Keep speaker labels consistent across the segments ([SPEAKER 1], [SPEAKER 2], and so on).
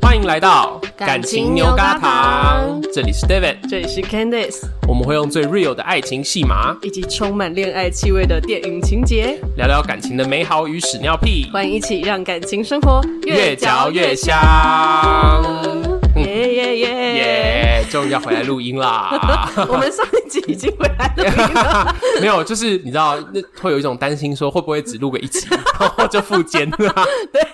[SPEAKER 1] 欢迎来到
[SPEAKER 2] 感情牛轧糖，
[SPEAKER 1] 这里是 David，
[SPEAKER 2] 这里是 Candice，
[SPEAKER 1] 我们会用最 real 的爱情戏码
[SPEAKER 2] 以及充满恋爱气味的电影情节，
[SPEAKER 1] 聊聊感情的美好与屎尿屁，
[SPEAKER 2] 欢迎一起让感情生活
[SPEAKER 1] 越嚼越
[SPEAKER 2] 香。
[SPEAKER 1] 香。嗯
[SPEAKER 2] 耶耶耶！
[SPEAKER 1] 耶，终于要回来录音啦！
[SPEAKER 2] 我们上一集已经回来了。
[SPEAKER 1] 没有，就是你知道，那会有一种担心，说会不会只录个一 集，然后就复监了。 对，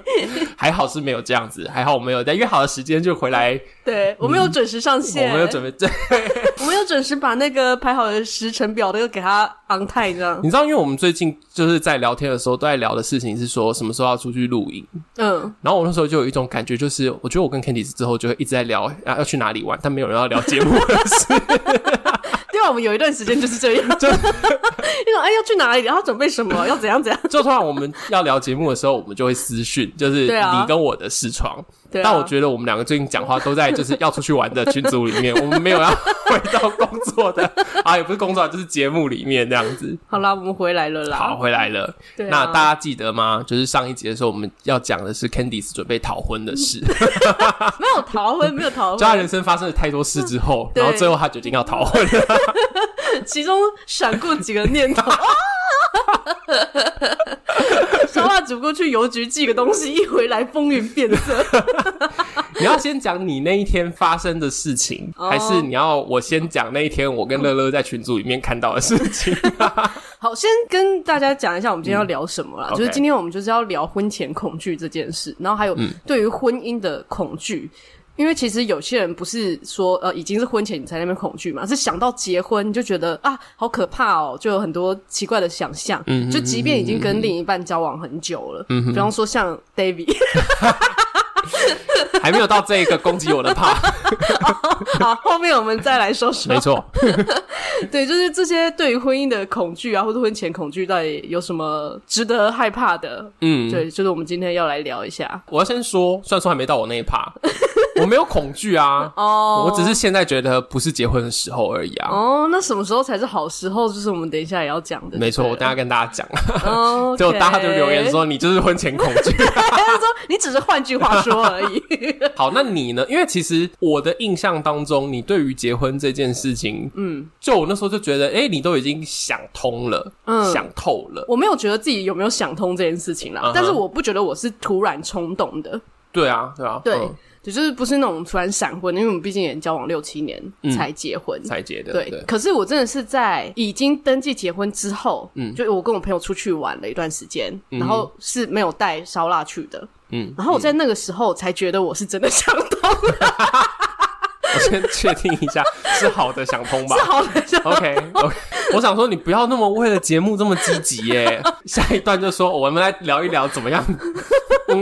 [SPEAKER 1] 还好是没有这样子，还好我们有在约好的时间就回来，
[SPEAKER 2] 对，我们有准时上
[SPEAKER 1] 嗯我
[SPEAKER 2] 线，
[SPEAKER 1] 们有准备。对，
[SPEAKER 2] 我们有准时把那个排好的时程表都给它 on time，这样。
[SPEAKER 1] 你知道，因为我们最近就是在聊天的时候都在聊的事情是说什么时候要出去露营，
[SPEAKER 2] 嗯，
[SPEAKER 1] 然后我那时候就有一种感觉，就是我觉得我跟 Candice 之后就会一直在聊啊要去哪里玩，但没有人要聊节目的事。
[SPEAKER 2] 对啊，我们有一段时间就是这样，
[SPEAKER 1] 就
[SPEAKER 2] 你说哎要去哪里，然后准备什 么，要怎样怎 样。
[SPEAKER 1] 就突然我们要聊节目的时候，我们就会私讯，就是
[SPEAKER 2] 对啊
[SPEAKER 1] 你跟我的视窗。
[SPEAKER 2] 对啊
[SPEAKER 1] 但我觉得我们两个最近讲话都在就是要出去玩的群组里 面，我们没有要回到工作的啊，也不是工作啊，就是节目里面这样 子。
[SPEAKER 2] 好啦，我们回来了啦。
[SPEAKER 1] 好，，回来了。
[SPEAKER 2] 对啊
[SPEAKER 1] 那大家记得吗？就是上一集的时候，我们要讲的是 Candice 准备逃婚 的事，
[SPEAKER 2] 没有逃 婚，没有逃
[SPEAKER 1] 就她人
[SPEAKER 2] 婚，
[SPEAKER 1] 生发生了太多事之后，
[SPEAKER 2] 对
[SPEAKER 1] 然后最后她决定要逃婚 了。
[SPEAKER 2] 其中闪过几个念 头。 啊烧腊煮过去邮局寄个东西，一回来风云变色。
[SPEAKER 1] 你要先讲你那一天发生的事情，
[SPEAKER 2] 哦
[SPEAKER 1] 还是你要我先讲那一天我跟乐乐在群组里面看到的事情？
[SPEAKER 2] 好，先跟大家讲一下我们今天要聊什么啦。
[SPEAKER 1] 嗯
[SPEAKER 2] 就是
[SPEAKER 1] OK
[SPEAKER 2] 今天我们就是要聊婚前恐惧这件事，然后还有对于婚姻的恐惧。因为其实有些人不是说呃已经是婚前你才在那边恐惧嘛，是想到结婚你就觉得啊好可怕哦，就有很多奇怪的想象。嗯就即便已经跟另一半交往很久了，嗯、比方说像 David，
[SPEAKER 1] 还没有到这一个攻击我的怕，
[SPEAKER 2] 好，后面我们再来说说
[SPEAKER 1] 没。错，
[SPEAKER 2] 对，就是这些对于婚姻的恐惧啊，或者婚前恐惧到底有什么值得害怕的？
[SPEAKER 1] 嗯，
[SPEAKER 2] 对，就是我们今天要来聊一下。
[SPEAKER 1] 我要先说，虽然说还没到我那一趴，我没有恐惧啊，
[SPEAKER 2] 哦
[SPEAKER 1] 我只是现在觉得不是结婚的时候而已啊，
[SPEAKER 2] 哦，那什么时候才是好时候？就是我们等一下也要讲的。
[SPEAKER 1] 没错，我等一
[SPEAKER 2] 大
[SPEAKER 1] 下跟大家讲，
[SPEAKER 2] 哦，
[SPEAKER 1] 就大家就留言，说你就是婚前恐惧。
[SPEAKER 2] 他说你只是换句话说而已。
[SPEAKER 1] 好，那你呢？因为其实我的印象当中，你对于结婚这件事情，嗯，就我那时候就觉得，哎、你都已经想通了，
[SPEAKER 2] 嗯
[SPEAKER 1] 想透了，
[SPEAKER 2] 我没有觉得自己有没有想通这件事情啦
[SPEAKER 1] 嗯哼
[SPEAKER 2] 但是我不觉得我是突然冲动的，
[SPEAKER 1] 对啊，对啊，
[SPEAKER 2] 对，
[SPEAKER 1] 嗯
[SPEAKER 2] 就是不是那种突然闪婚，因为我们毕竟也交往六七年才结婚。
[SPEAKER 1] 嗯才结的，
[SPEAKER 2] 对，
[SPEAKER 1] 对，
[SPEAKER 2] 可是我真的是在已经登记结婚之后，嗯，就我跟我朋友出去玩了一段时间，然后是没有带烧腊去的，
[SPEAKER 1] 嗯，
[SPEAKER 2] 然后我在那个时候才觉得我是真的想通，
[SPEAKER 1] 我先确定一下，是好的想 通吧
[SPEAKER 2] 是。好的想
[SPEAKER 1] OK OK，我想说你不要那么为了节目这么积极耶。 下一段就说我们来聊一聊怎么样，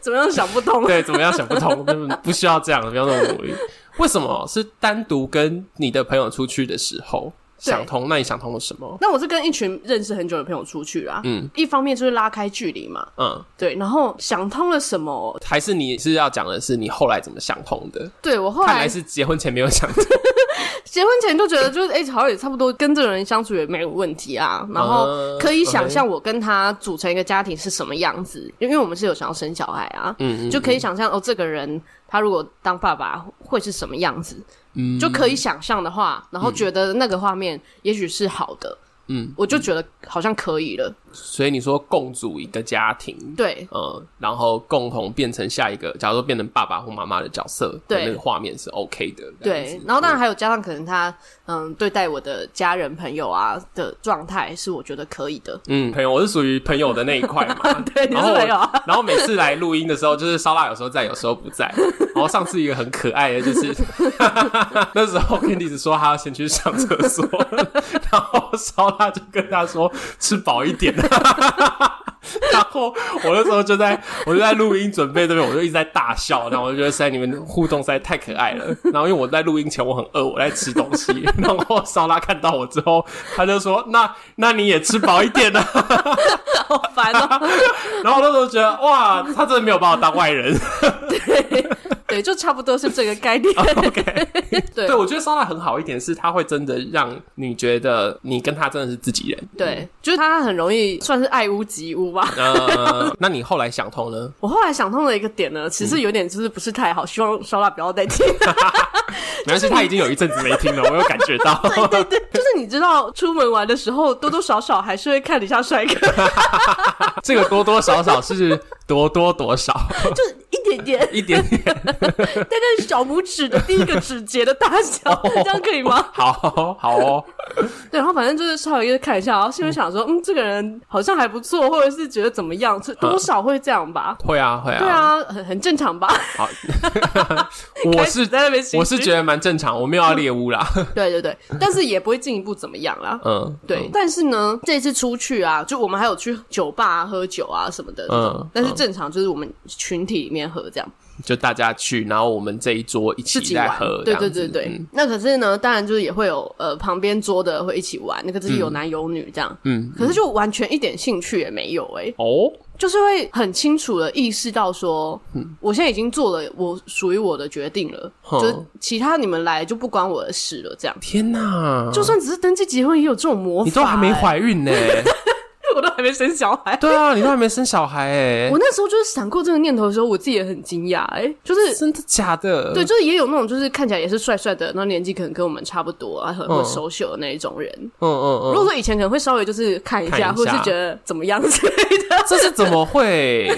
[SPEAKER 2] 怎么样想不通。
[SPEAKER 1] 对，怎么样想不通，就是不需要这样，不要那么努力。为什么是单独跟你的朋友出去的时候
[SPEAKER 2] 对
[SPEAKER 1] 想通？那你想通了什么？
[SPEAKER 2] 那我是跟一群认识很久的朋友出去啦，嗯，一方面就是拉开距离嘛，
[SPEAKER 1] 嗯，
[SPEAKER 2] 对，然后想通了什么？
[SPEAKER 1] 还是你是要讲的是你后来怎么想通的？
[SPEAKER 2] 对我后
[SPEAKER 1] 看
[SPEAKER 2] 来
[SPEAKER 1] 来是结婚前没有想通。
[SPEAKER 2] 结婚前就觉得就是哎、好像也差不多跟这个人相处也没有问题啊， 然后
[SPEAKER 1] 嗯
[SPEAKER 2] 可以想象我跟他组成一个家庭是什么样子，因为我们是有想要生小孩啊，
[SPEAKER 1] 嗯，嗯
[SPEAKER 2] 就可以想象哦，这个人他如果当爸爸会是什么样子，
[SPEAKER 1] 嗯
[SPEAKER 2] 就可以想象的话，然后觉得那个画面也许是好的，
[SPEAKER 1] 嗯，
[SPEAKER 2] 我就觉得好像可以了，
[SPEAKER 1] 所以你说共组一个家庭，
[SPEAKER 2] 对，
[SPEAKER 1] 嗯，然后共同变成下一个，假如说变成爸爸或妈妈的角色的
[SPEAKER 2] 对
[SPEAKER 1] 那个画面是 OK 的。这样
[SPEAKER 2] 对
[SPEAKER 1] 子，
[SPEAKER 2] 然后当然还有加上可能他嗯对待我的家人朋友啊的状态是我觉得可以的。
[SPEAKER 1] 嗯，朋友，我是属于朋友的那一块嘛。
[SPEAKER 2] 对， 你是
[SPEAKER 1] 然后我
[SPEAKER 2] 朋友啊，
[SPEAKER 1] 然后每次来录音的时候，就是烧腊有时候在，有时候不在。然后上次一个很可爱的，就是 那时候 Candy 说他要先去上厕 所，然后烧腊就跟他说吃饱一点。 然后我那时候就在，我就在录音准备这边，我就一直在大笑，然后我就觉得实在你们互动实在太可爱了。然后因为我在录音前我很饿，我在吃东西，然后烧拉看到我之后，他就说：“那那你也吃饱一点啊。
[SPEAKER 2] 好烦哦、
[SPEAKER 1] 然后我那时候觉得哇，他真的没有把我当 外人。
[SPEAKER 2] 对，就差不多是这个概 念。对
[SPEAKER 1] 对，我觉得烧腊很好一点是，他会真的让你觉得你跟他真的是自己人。
[SPEAKER 2] 对，就是他很容易算是爱屋及乌吧。
[SPEAKER 1] 呃，那你后来想通呢？
[SPEAKER 2] 我后来想通了一个点呢，其实有点就是不是太好，希望烧腊不要再听。
[SPEAKER 1] 没关系，他已经有一阵子没听了，我有感觉到。
[SPEAKER 2] 对对，就是你知道出门玩的时候，多多少少还是会看一下帅哥，
[SPEAKER 1] 这个多多少少是多多多少
[SPEAKER 2] 就是一点 点，
[SPEAKER 1] 一点 点。
[SPEAKER 2] 大概小拇指的第一个指节的大小，这样可以吗？
[SPEAKER 1] 好好哦，
[SPEAKER 2] 对，然后反正就是稍微看一下，然后心里想说，嗯，这个人好像还不错，或者是觉得怎么样，是
[SPEAKER 1] 嗯
[SPEAKER 2] 多少会这样吧？
[SPEAKER 1] 会啊会啊。
[SPEAKER 2] 对，啊，很很正常吧？
[SPEAKER 1] 好，我
[SPEAKER 2] 开始
[SPEAKER 1] 是
[SPEAKER 2] 在那边心虚，
[SPEAKER 1] 我是觉得蛮正常，我没有要猎物啦。
[SPEAKER 2] 对对对，但是也不会进一步怎么样啦。
[SPEAKER 1] 嗯，
[SPEAKER 2] 对，
[SPEAKER 1] 嗯，
[SPEAKER 2] 但是呢，这次出去啊，就我们还有去酒吧、啊、喝酒啊什么的，
[SPEAKER 1] 嗯
[SPEAKER 2] 但是正常就是我们群体里面喝这样，
[SPEAKER 1] 就大家去，然后我们这一桌一
[SPEAKER 2] 自
[SPEAKER 1] 起
[SPEAKER 2] 己
[SPEAKER 1] 在
[SPEAKER 2] 玩
[SPEAKER 1] 喝，，
[SPEAKER 2] 对
[SPEAKER 1] 这
[SPEAKER 2] 对
[SPEAKER 1] 样子
[SPEAKER 2] 对对。
[SPEAKER 1] 嗯
[SPEAKER 2] 那可是呢，当然就是也会有呃旁边桌的会一起玩，那个就是有男有女这样，
[SPEAKER 1] 嗯，
[SPEAKER 2] 可是就完全一点兴趣也没有哎、
[SPEAKER 1] 哦，
[SPEAKER 2] 就是会很清楚的意识到说，
[SPEAKER 1] 嗯
[SPEAKER 2] 我现在已经做了我属于我的决定了，
[SPEAKER 1] 哼
[SPEAKER 2] 就是其他你们来就不关我的事了这样。
[SPEAKER 1] 天哪，
[SPEAKER 2] 就算只是登记结婚，也有这种魔法、
[SPEAKER 1] 嗯你都还没
[SPEAKER 2] 欸，
[SPEAKER 1] 怀孕呢，
[SPEAKER 2] 我都还没生小孩，
[SPEAKER 1] 对啊，你都还没生小孩哎
[SPEAKER 2] 我，那时候就是闪过这个念头的时候，我自己也很惊讶，哎，就是。
[SPEAKER 1] 真的假的？
[SPEAKER 2] 对，就是也有那种，就是看起来也是帅帅的，那年纪可能跟我们差不多啊，很会收秀的那一种人。
[SPEAKER 1] 嗯，嗯嗯
[SPEAKER 2] 如果说以前可能会稍微就是看一下，
[SPEAKER 1] 看一下
[SPEAKER 2] 或者是觉得怎么样之类的，
[SPEAKER 1] 这是怎么会？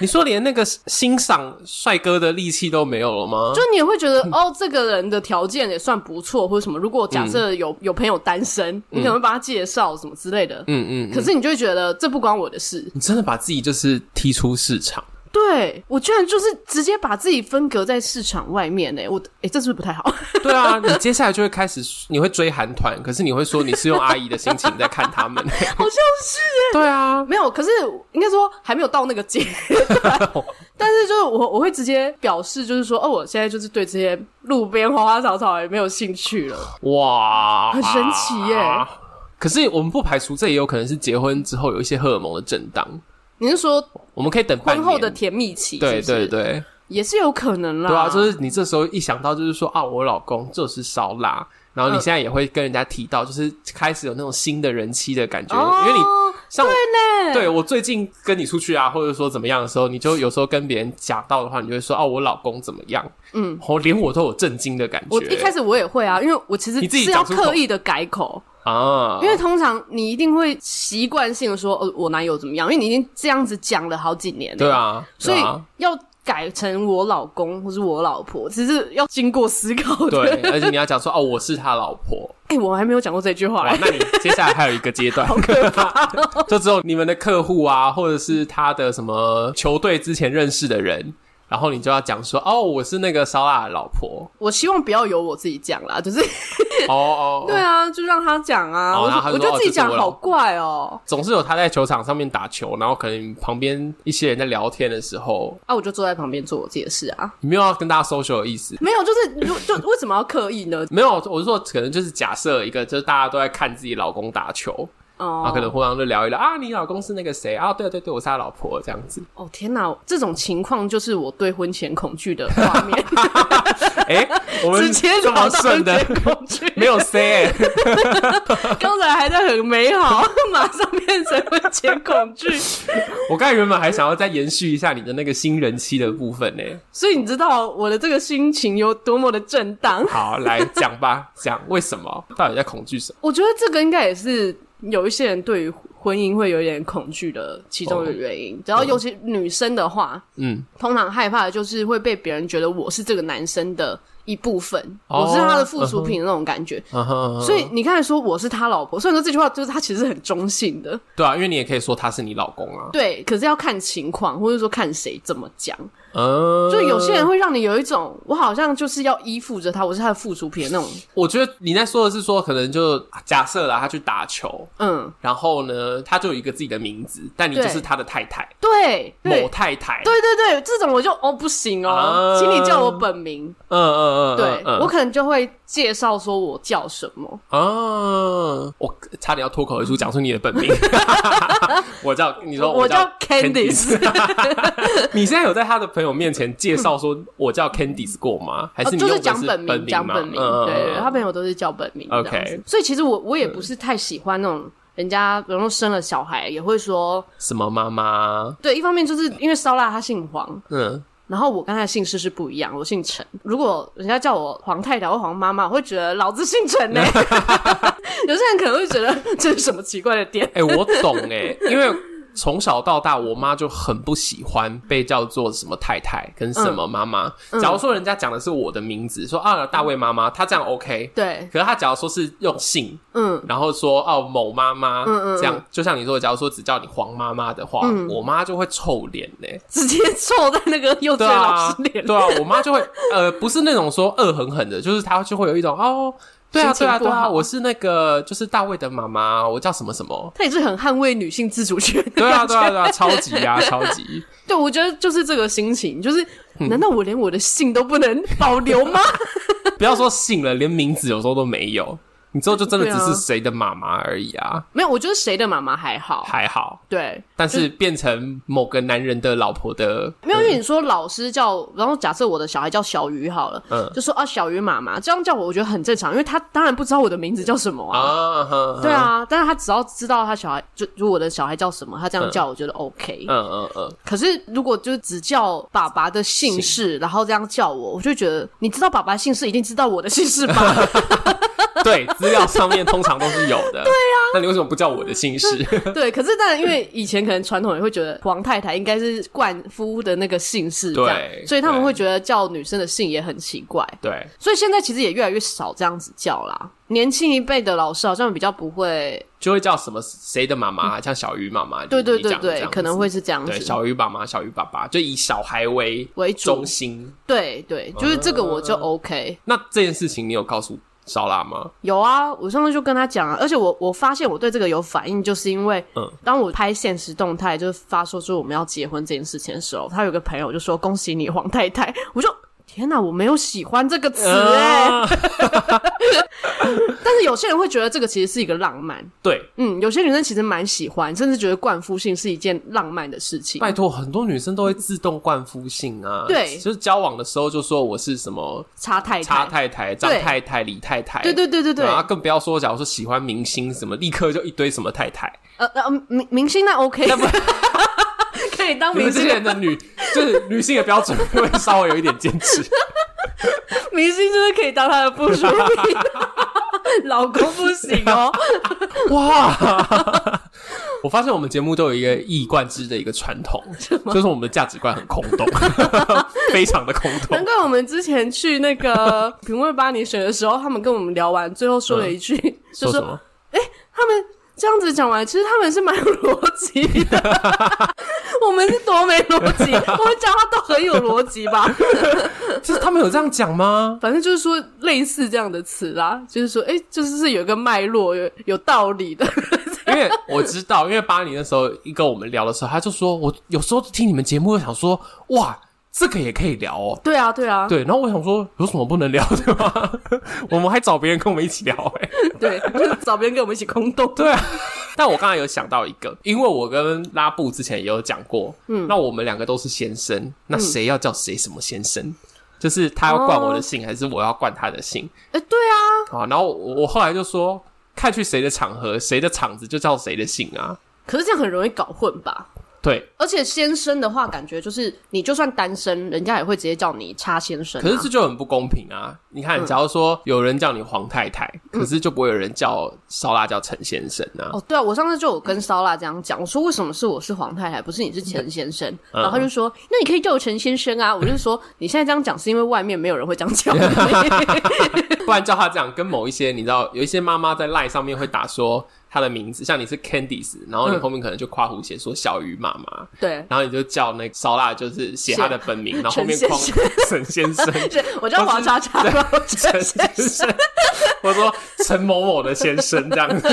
[SPEAKER 1] 你说连那个欣赏帅哥的力气都没有了吗
[SPEAKER 2] 就？你也会觉得
[SPEAKER 1] 嗯
[SPEAKER 2] 哦，这个人的条件也算不错，或者什么。如果假
[SPEAKER 1] 嗯
[SPEAKER 2] 设有、有朋友单身，你可能会帮他介绍什么之类的。
[SPEAKER 1] 嗯嗯，
[SPEAKER 2] 可是你就会觉得这不关我的事，
[SPEAKER 1] 你真的把自己就是踢出市场，
[SPEAKER 2] 对我居然就是直接把自己分隔在市场外面呢、哎我哎、这是不是不太好？
[SPEAKER 1] 对啊，你接下来就会开始你会追韩团，可是你会说你是用阿姨的心情在看 他们，
[SPEAKER 2] 好像是
[SPEAKER 1] 对啊，
[SPEAKER 2] 没有，可是应该说还没有到那个阶段，
[SPEAKER 1] 哦
[SPEAKER 2] 但是就是我我会直接表示，就是说哦，我现在就是对这些路边花花草草也没有兴趣了。
[SPEAKER 1] 哇，
[SPEAKER 2] 很神奇耶。
[SPEAKER 1] 可是我们不排除这也有可能是结婚之后有一些荷尔蒙的震荡，
[SPEAKER 2] 你是说
[SPEAKER 1] 我们可以等半
[SPEAKER 2] 婚
[SPEAKER 1] 年
[SPEAKER 2] 后的甜蜜期是
[SPEAKER 1] 对
[SPEAKER 2] 不是
[SPEAKER 1] 对，对，
[SPEAKER 2] 也是有可能啦。
[SPEAKER 1] 对啊，就是你这时候一想到，就是说啊，我老公就是烧腊，然后你
[SPEAKER 2] 嗯
[SPEAKER 1] 现在也会跟人家提到，就是开始有那种新的人妻的感觉，
[SPEAKER 2] 哦，
[SPEAKER 1] 因为你像我
[SPEAKER 2] 对呢，
[SPEAKER 1] 对我最近跟你出去啊，或者说怎么样的时候，你就有时候跟别人讲到的话，你就会说哦、我老公怎么样，
[SPEAKER 2] 嗯，
[SPEAKER 1] 我连我都有震惊的感觉。
[SPEAKER 2] 我一开
[SPEAKER 1] 始
[SPEAKER 2] 始我也会啊，因为我其实
[SPEAKER 1] 你自己
[SPEAKER 2] 是要
[SPEAKER 1] 讲出口
[SPEAKER 2] 刻意的改口，
[SPEAKER 1] 啊，
[SPEAKER 2] 因为通常你一定会习惯性的说，哦，我男友怎么样，因为你已经这样子讲了好几年了。
[SPEAKER 1] 对啊，
[SPEAKER 2] 所以
[SPEAKER 1] 对啊
[SPEAKER 2] 要改成我老公或是我老婆，其实要经过思考的。
[SPEAKER 1] 对，而且你要讲说哦，我是他老婆，
[SPEAKER 2] 哎、我还没有讲过这句话、
[SPEAKER 1] 哇，
[SPEAKER 2] 哎
[SPEAKER 1] 啊那你接下来还有一个阶 段， 就只有你们的客户啊，或者是他的什么球队之前认识的人，然后你就要讲说，哦，我是那个烧腊的老 婆，
[SPEAKER 2] 我希望不要由我自己讲啦，就是，
[SPEAKER 1] 哦哦
[SPEAKER 2] 对，啊，就让他讲啊。
[SPEAKER 1] 好
[SPEAKER 2] 我
[SPEAKER 1] 然后他
[SPEAKER 2] 我
[SPEAKER 1] 就
[SPEAKER 2] 觉
[SPEAKER 1] 说
[SPEAKER 2] 得自己讲
[SPEAKER 1] 哦这是我
[SPEAKER 2] 好
[SPEAKER 1] 老
[SPEAKER 2] 怪哦、
[SPEAKER 1] 总是有他在球场上面打球，然后可能旁边一些人在聊天的时候，
[SPEAKER 2] 啊，我就坐在旁边做我自己的事啊，
[SPEAKER 1] 你没有要跟大家 social 的意思。
[SPEAKER 2] 没有，就是就就为什么要刻意呢？
[SPEAKER 1] 没有，我是说，可能就是假设一个，就是大家都在看自己老公打球，然
[SPEAKER 2] 哦
[SPEAKER 1] 后，啊可能互相就聊一聊啊，你老公是那个谁啊？对对对，我是他老婆这样子。
[SPEAKER 2] 哦天哪，这种情况就是我对婚前恐惧的画 面，
[SPEAKER 1] 哎、我们
[SPEAKER 2] 直接
[SPEAKER 1] 这
[SPEAKER 2] 聊
[SPEAKER 1] 么
[SPEAKER 2] 到
[SPEAKER 1] 顺
[SPEAKER 2] 婚
[SPEAKER 1] 的
[SPEAKER 2] 前，恐惧，
[SPEAKER 1] 没有 say，、欸、
[SPEAKER 2] 刚才还在很美好，马上变成婚前恐惧。
[SPEAKER 1] 我刚才原本还想要再延续一下你的那个新人期的部分呢、
[SPEAKER 2] 所以你知道我的这个心情有多么的震荡。
[SPEAKER 1] 好，来讲吧，讲为什么？到底在恐惧什么？
[SPEAKER 2] 我觉得这个应该也是有一些人对于婚姻会有一点恐惧的其中一个原因。只要尤其女生的话，
[SPEAKER 1] 哦嗯，
[SPEAKER 2] 通常害怕的就是会被别人觉得我是这个男生的一部分，
[SPEAKER 1] 哦
[SPEAKER 2] 我是他的附属品的那种感觉。
[SPEAKER 1] 嗯哼嗯哼
[SPEAKER 2] 所以你刚才说我是他老婆，虽然说这句话就是他其实很中性的，
[SPEAKER 1] 对啊，因为你也可以说他是你老公啊。
[SPEAKER 2] 对，可是要看情况，或者说看谁怎么讲。
[SPEAKER 1] 呃，
[SPEAKER 2] 就有些人会让你有一种，我好像就是要依附着他，我是他的附属品的那种。
[SPEAKER 1] 我觉得你在说的是说，可能就假设啦，他去打球，
[SPEAKER 2] 嗯，
[SPEAKER 1] 然后呢，他就有一个自己的名字，但你就是他的太太，
[SPEAKER 2] 对，对
[SPEAKER 1] 某太太，
[SPEAKER 2] 对对对，这种我就哦不行哦
[SPEAKER 1] 啊，
[SPEAKER 2] 请你叫我本名。
[SPEAKER 1] 嗯嗯嗯，
[SPEAKER 2] 对
[SPEAKER 1] 嗯
[SPEAKER 2] 我可能就会介绍说我叫什么。
[SPEAKER 1] 啊，我差点要脱口而出讲出你的 本名，我叫你说
[SPEAKER 2] 我
[SPEAKER 1] 叫
[SPEAKER 2] 叫 Candice
[SPEAKER 1] 你现在有在他的朋友面前介绍说我叫 Candice 过吗？还
[SPEAKER 2] 哦，
[SPEAKER 1] 是你
[SPEAKER 2] 就
[SPEAKER 1] 用
[SPEAKER 2] 是
[SPEAKER 1] 的是
[SPEAKER 2] 讲
[SPEAKER 1] 本
[SPEAKER 2] 名，讲
[SPEAKER 1] 嘛
[SPEAKER 2] 本名，
[SPEAKER 1] 嗯
[SPEAKER 2] 对对，
[SPEAKER 1] 嗯
[SPEAKER 2] 他朋友都是叫本名这样子。
[SPEAKER 1] OK
[SPEAKER 2] 所以其实我我也不是太喜欢那种人家，比如说生了小孩也会说，
[SPEAKER 1] 什么妈妈？
[SPEAKER 2] 对，一方面就是因为烧腊他姓黄，
[SPEAKER 1] 嗯，
[SPEAKER 2] 然后我跟他的姓氏是不一样，我姓陈。如果人家叫我黄太太或黄妈妈，我会觉得老子姓陈呢、 有些人可能会觉得这是什么奇怪的点。
[SPEAKER 1] 哎、我懂哎、 因为从小到大，我妈就很不喜欢被叫做什么太太跟什
[SPEAKER 2] 嗯
[SPEAKER 1] 么妈妈。假如说人家讲的是我的名字，说啊大卫妈妈，她这样 OK。
[SPEAKER 2] 对，
[SPEAKER 1] 可是她假如说是用姓，
[SPEAKER 2] 嗯，
[SPEAKER 1] 然后说哦某妈妈，
[SPEAKER 2] 嗯嗯嗯
[SPEAKER 1] 这样就像你说，假如说只叫你黄妈妈的话，我妈就会臭脸呢、
[SPEAKER 2] 直接凑在那个幼稚
[SPEAKER 1] 对
[SPEAKER 2] 园哦老
[SPEAKER 1] 啊
[SPEAKER 2] 师，脸。
[SPEAKER 1] 对啊，我妈就会 呃，不是那种说恶狠狠的，就是她就会有一种哦，对啊，
[SPEAKER 2] 心情
[SPEAKER 1] 对啊，对
[SPEAKER 2] 不
[SPEAKER 1] 啊，
[SPEAKER 2] 好
[SPEAKER 1] 我是那个就是大卫的妈妈，我叫什么什么，
[SPEAKER 2] 他也是很捍卫女性自主权的
[SPEAKER 1] 对
[SPEAKER 2] 感觉
[SPEAKER 1] 啊，对啊，对啊，超级 啊，超级。
[SPEAKER 2] 对，我觉得就是这个心情，就是
[SPEAKER 1] 嗯
[SPEAKER 2] 难道我连我的姓都不能保留吗？
[SPEAKER 1] 不要说姓了，连名字有时候都没有，你之后就真的
[SPEAKER 2] 对啊
[SPEAKER 1] 只是谁的妈妈而已啊，
[SPEAKER 2] 没有，我觉得谁的妈妈还好，
[SPEAKER 1] 还好。
[SPEAKER 2] 对，
[SPEAKER 1] 但是
[SPEAKER 2] 嗯
[SPEAKER 1] 变成某个男人的老婆的，
[SPEAKER 2] 没有，因为你说老师叫，然后假设我的小孩叫小鱼好了，
[SPEAKER 1] 嗯
[SPEAKER 2] 就说啊小鱼妈妈这样叫我，我觉得很正常，因为他当然不知道我的名字叫什么啊，
[SPEAKER 1] 啊，哼
[SPEAKER 2] 对，啊，但是他只要知道他小孩就就我的小孩叫什么，他这样叫我觉得 OK。
[SPEAKER 1] 哼嗯嗯嗯，
[SPEAKER 2] 可是如果就是只叫爸爸的姓氏，然后这样叫我，我就觉得你知道爸爸姓氏，一定知道我的姓氏吧？
[SPEAKER 1] 对，资料上面通常都是有 的。对啊，那你为什么不叫我的姓氏？
[SPEAKER 2] 对，可是但因为以前可能传统也会觉得皇太太应该是冠夫的那个姓氏，这样
[SPEAKER 1] 对
[SPEAKER 2] 所以他们
[SPEAKER 1] 对
[SPEAKER 2] 会觉得叫女生的姓也很奇怪。
[SPEAKER 1] 对，
[SPEAKER 2] 所以现在其实也越来越少这样子叫啦。年轻一辈的老师好像比较不会，
[SPEAKER 1] 就会叫什么谁的妈妈，像小鱼妈妈。
[SPEAKER 2] 对对
[SPEAKER 1] 你嗯你
[SPEAKER 2] 对
[SPEAKER 1] 讲的这
[SPEAKER 2] 对，
[SPEAKER 1] 样子
[SPEAKER 2] 可能会是这样
[SPEAKER 1] 对
[SPEAKER 2] 子
[SPEAKER 1] 小鱼爸妈、小鱼爸爸，就以小孩为
[SPEAKER 2] 为主
[SPEAKER 1] 中。嗯心。
[SPEAKER 2] 对对，就是这个我就 OK。
[SPEAKER 1] 那这件事情你有告诉烧腊吗？
[SPEAKER 2] 有啊，我上次就跟他讲啊，而且我我发现我对这个有反应，就是因为，
[SPEAKER 1] 嗯
[SPEAKER 2] 当我拍现实动态，就是发说说我们要结婚这件事情的时候，他有个朋友就说恭喜你黄太太， 我就天哪，我没有喜欢这个词哎、
[SPEAKER 1] 啊
[SPEAKER 2] 但是有些人会觉得这个其实是一个浪漫，
[SPEAKER 1] 对，
[SPEAKER 2] 嗯，有些女生其实蛮喜欢，甚至觉得冠夫姓是一件浪漫的事情。
[SPEAKER 1] 拜托，很多女生都会自动冠夫姓啊。
[SPEAKER 2] 对
[SPEAKER 1] 就是交往的时候就说我是什么
[SPEAKER 2] 差太
[SPEAKER 1] 叉
[SPEAKER 2] 太，
[SPEAKER 1] 太太、张
[SPEAKER 2] 对
[SPEAKER 1] 太太、李太太。
[SPEAKER 2] 对对对对啊对，
[SPEAKER 1] 然后更不要说，假如说喜欢明星什么，立刻就一堆什么太太。
[SPEAKER 2] 呃呃，明明星那 OK，可以 当
[SPEAKER 1] 你
[SPEAKER 2] 明
[SPEAKER 1] 们这
[SPEAKER 2] 星
[SPEAKER 1] 些，人的女，就是女性的标准会稍微有一点坚持。
[SPEAKER 2] 明星就是可以当他的附 属品。老公不行 哦，
[SPEAKER 1] 哇！ 我发现我们节目都有一个一以贯之的一个传 统，就是我们的价值观很空洞， 非常的空
[SPEAKER 2] 难
[SPEAKER 1] 洞。
[SPEAKER 2] 怪我们之前去那 个评论吧你选的时候，他们跟我们聊完，最后说了一句，就
[SPEAKER 1] 说什
[SPEAKER 2] 嗯说
[SPEAKER 1] 么？
[SPEAKER 2] 他们这样子讲完，其实他们是蛮有逻辑 的，我们是多没 逻辑，我们讲话都很有逻辑吧？
[SPEAKER 1] 就是他们有这样讲吗？
[SPEAKER 2] 反正就是说类似这样的词啦，就是说，哎、就是是有一个脉络，有有道理的。
[SPEAKER 1] 因为我知道，因为巴黎那时候一跟我们聊的时候，他就说，我有时候听你们节目，我想说，哇，这个也可以聊哦。
[SPEAKER 2] 对啊，对啊，
[SPEAKER 1] 对，然后我想说，有什么不能聊的吗？ 我们还找别人跟我们一起聊、哎，
[SPEAKER 2] 对，就是找别人跟我们一起空洞。
[SPEAKER 1] 对啊。 但我刚才有想到一个，因为我跟拉布之前也有讲过，嗯，那我们两个都是先生，那谁要叫谁什么先生？就是他要冠我的姓，还是我要冠他的姓？
[SPEAKER 2] 哎、对啊，
[SPEAKER 1] 啊，然后我我后来就说，看去谁的场合，谁的场子就叫谁的姓啊。
[SPEAKER 2] 可是这样很容易搞混吧？
[SPEAKER 1] 对，
[SPEAKER 2] 而且先生的话，感觉就是你就算单身，人家也会直接叫你叉先生、啊。
[SPEAKER 1] 可是这就很不公平啊！你看，假如说有人叫你黄太太，可是就不会有人叫烧腊叫陈先生啊。
[SPEAKER 2] 哦，对啊，我上次就有跟烧腊这样讲，我说为什么是我是黄太太，不是你是陈先生？
[SPEAKER 1] 嗯
[SPEAKER 2] 然后他就说，那你可以叫我陈先生 啊。我就说，你现在这样讲是因为外面没有人会这样叫你。
[SPEAKER 1] 不然叫他这样，跟某一些你知道，有一些妈妈在赖上面会打说，他的名字，像你是 Candice，然后你后面可能就括弧写说小鱼妈妈，
[SPEAKER 2] 对。
[SPEAKER 1] 然后你就叫那个烧腊，就是写他的本名，然后后面
[SPEAKER 2] 陈
[SPEAKER 1] 框
[SPEAKER 2] 先
[SPEAKER 1] 沈嗯先生，
[SPEAKER 2] 是我叫
[SPEAKER 1] 哦
[SPEAKER 2] 黄茶茶，我觉
[SPEAKER 1] 陈
[SPEAKER 2] 得
[SPEAKER 1] 先生，我说陈某某的先生 这样子，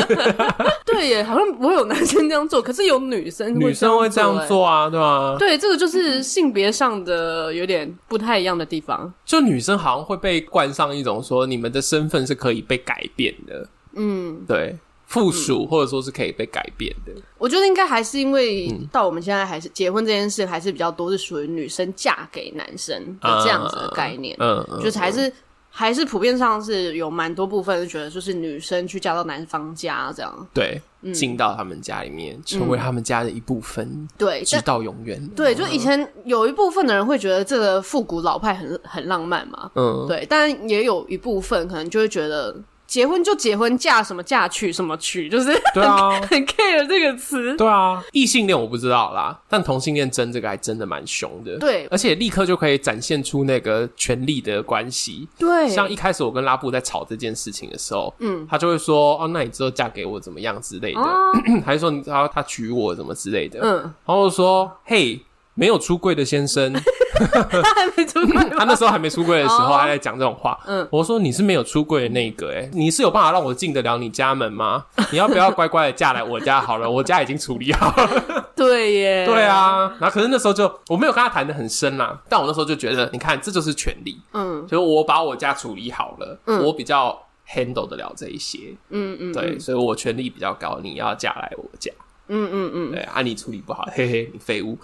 [SPEAKER 2] 对耶，好像我有男生这样做，可是有女生欸
[SPEAKER 1] 女生会这样
[SPEAKER 2] 耶。
[SPEAKER 1] 做啊，对吧？
[SPEAKER 2] 对，这个就是性别上的有点不太一样的地方。
[SPEAKER 1] 就女生好像会被冠上一种说你们的身份是可以被改变的，嗯，对，附属或者说是可以被改变的，
[SPEAKER 2] 我觉得应该还是因为到我们现在还是结婚这件事还是比较多是属于女生嫁给男生的这样子的概念，
[SPEAKER 1] 嗯，嗯
[SPEAKER 2] 就是还是还是普遍上是有蛮多部分是觉得就是女生去嫁到男方家这样。
[SPEAKER 1] 对，
[SPEAKER 2] 嗯
[SPEAKER 1] 进到他们家里面，成为他们家的一部分，
[SPEAKER 2] 对，嗯
[SPEAKER 1] 直
[SPEAKER 2] 但
[SPEAKER 1] 到永远，
[SPEAKER 2] 对，就以前有一部分的人会觉得这个复古老派很很浪漫嘛，
[SPEAKER 1] 嗯，
[SPEAKER 2] 对，但也有一部分可能就会觉得结婚就结婚，嫁什么嫁去什么去，就是
[SPEAKER 1] 对啊，
[SPEAKER 2] 很 care 这个词。
[SPEAKER 1] 对啊，异性恋我不知道啦，但同性恋争这个还真的蛮凶的，
[SPEAKER 2] 对
[SPEAKER 1] 而且立刻就可以展现出那个权力的关系，
[SPEAKER 2] 对，
[SPEAKER 1] 像一开始我跟拉布在吵这件事情的时候，嗯，他就会说，哦，那你之后嫁给我怎么样之类的， 还是说你他他娶我怎么之类的，嗯，
[SPEAKER 2] 哦嗯，
[SPEAKER 1] 然后我说，嘿，没有出柜的先生，
[SPEAKER 2] 他还没出门
[SPEAKER 1] 他那时候还没出柜的时候，
[SPEAKER 2] 哦
[SPEAKER 1] 他在讲这种话，
[SPEAKER 2] 嗯
[SPEAKER 1] 嗯，我说你是没有出柜的那一个、欸，你是有办法让我进得了你家 门吗？你要不要乖乖的嫁来我家好了？我家已经处理好了，
[SPEAKER 2] 对啊耶，
[SPEAKER 1] 对，啊，然后可是那时候就我没有跟他谈的很深啦，但我那时候就觉得，你看这就是权利，
[SPEAKER 2] 嗯
[SPEAKER 1] 就是我把我家处理好了，
[SPEAKER 2] 嗯
[SPEAKER 1] 我比较 handle 得了这一些，
[SPEAKER 2] 嗯嗯，
[SPEAKER 1] 对，所以我权力比较高，你要嫁来我家，
[SPEAKER 2] 嗯嗯嗯。
[SPEAKER 1] 对啊，你处理不好，嘿嘿，你废物，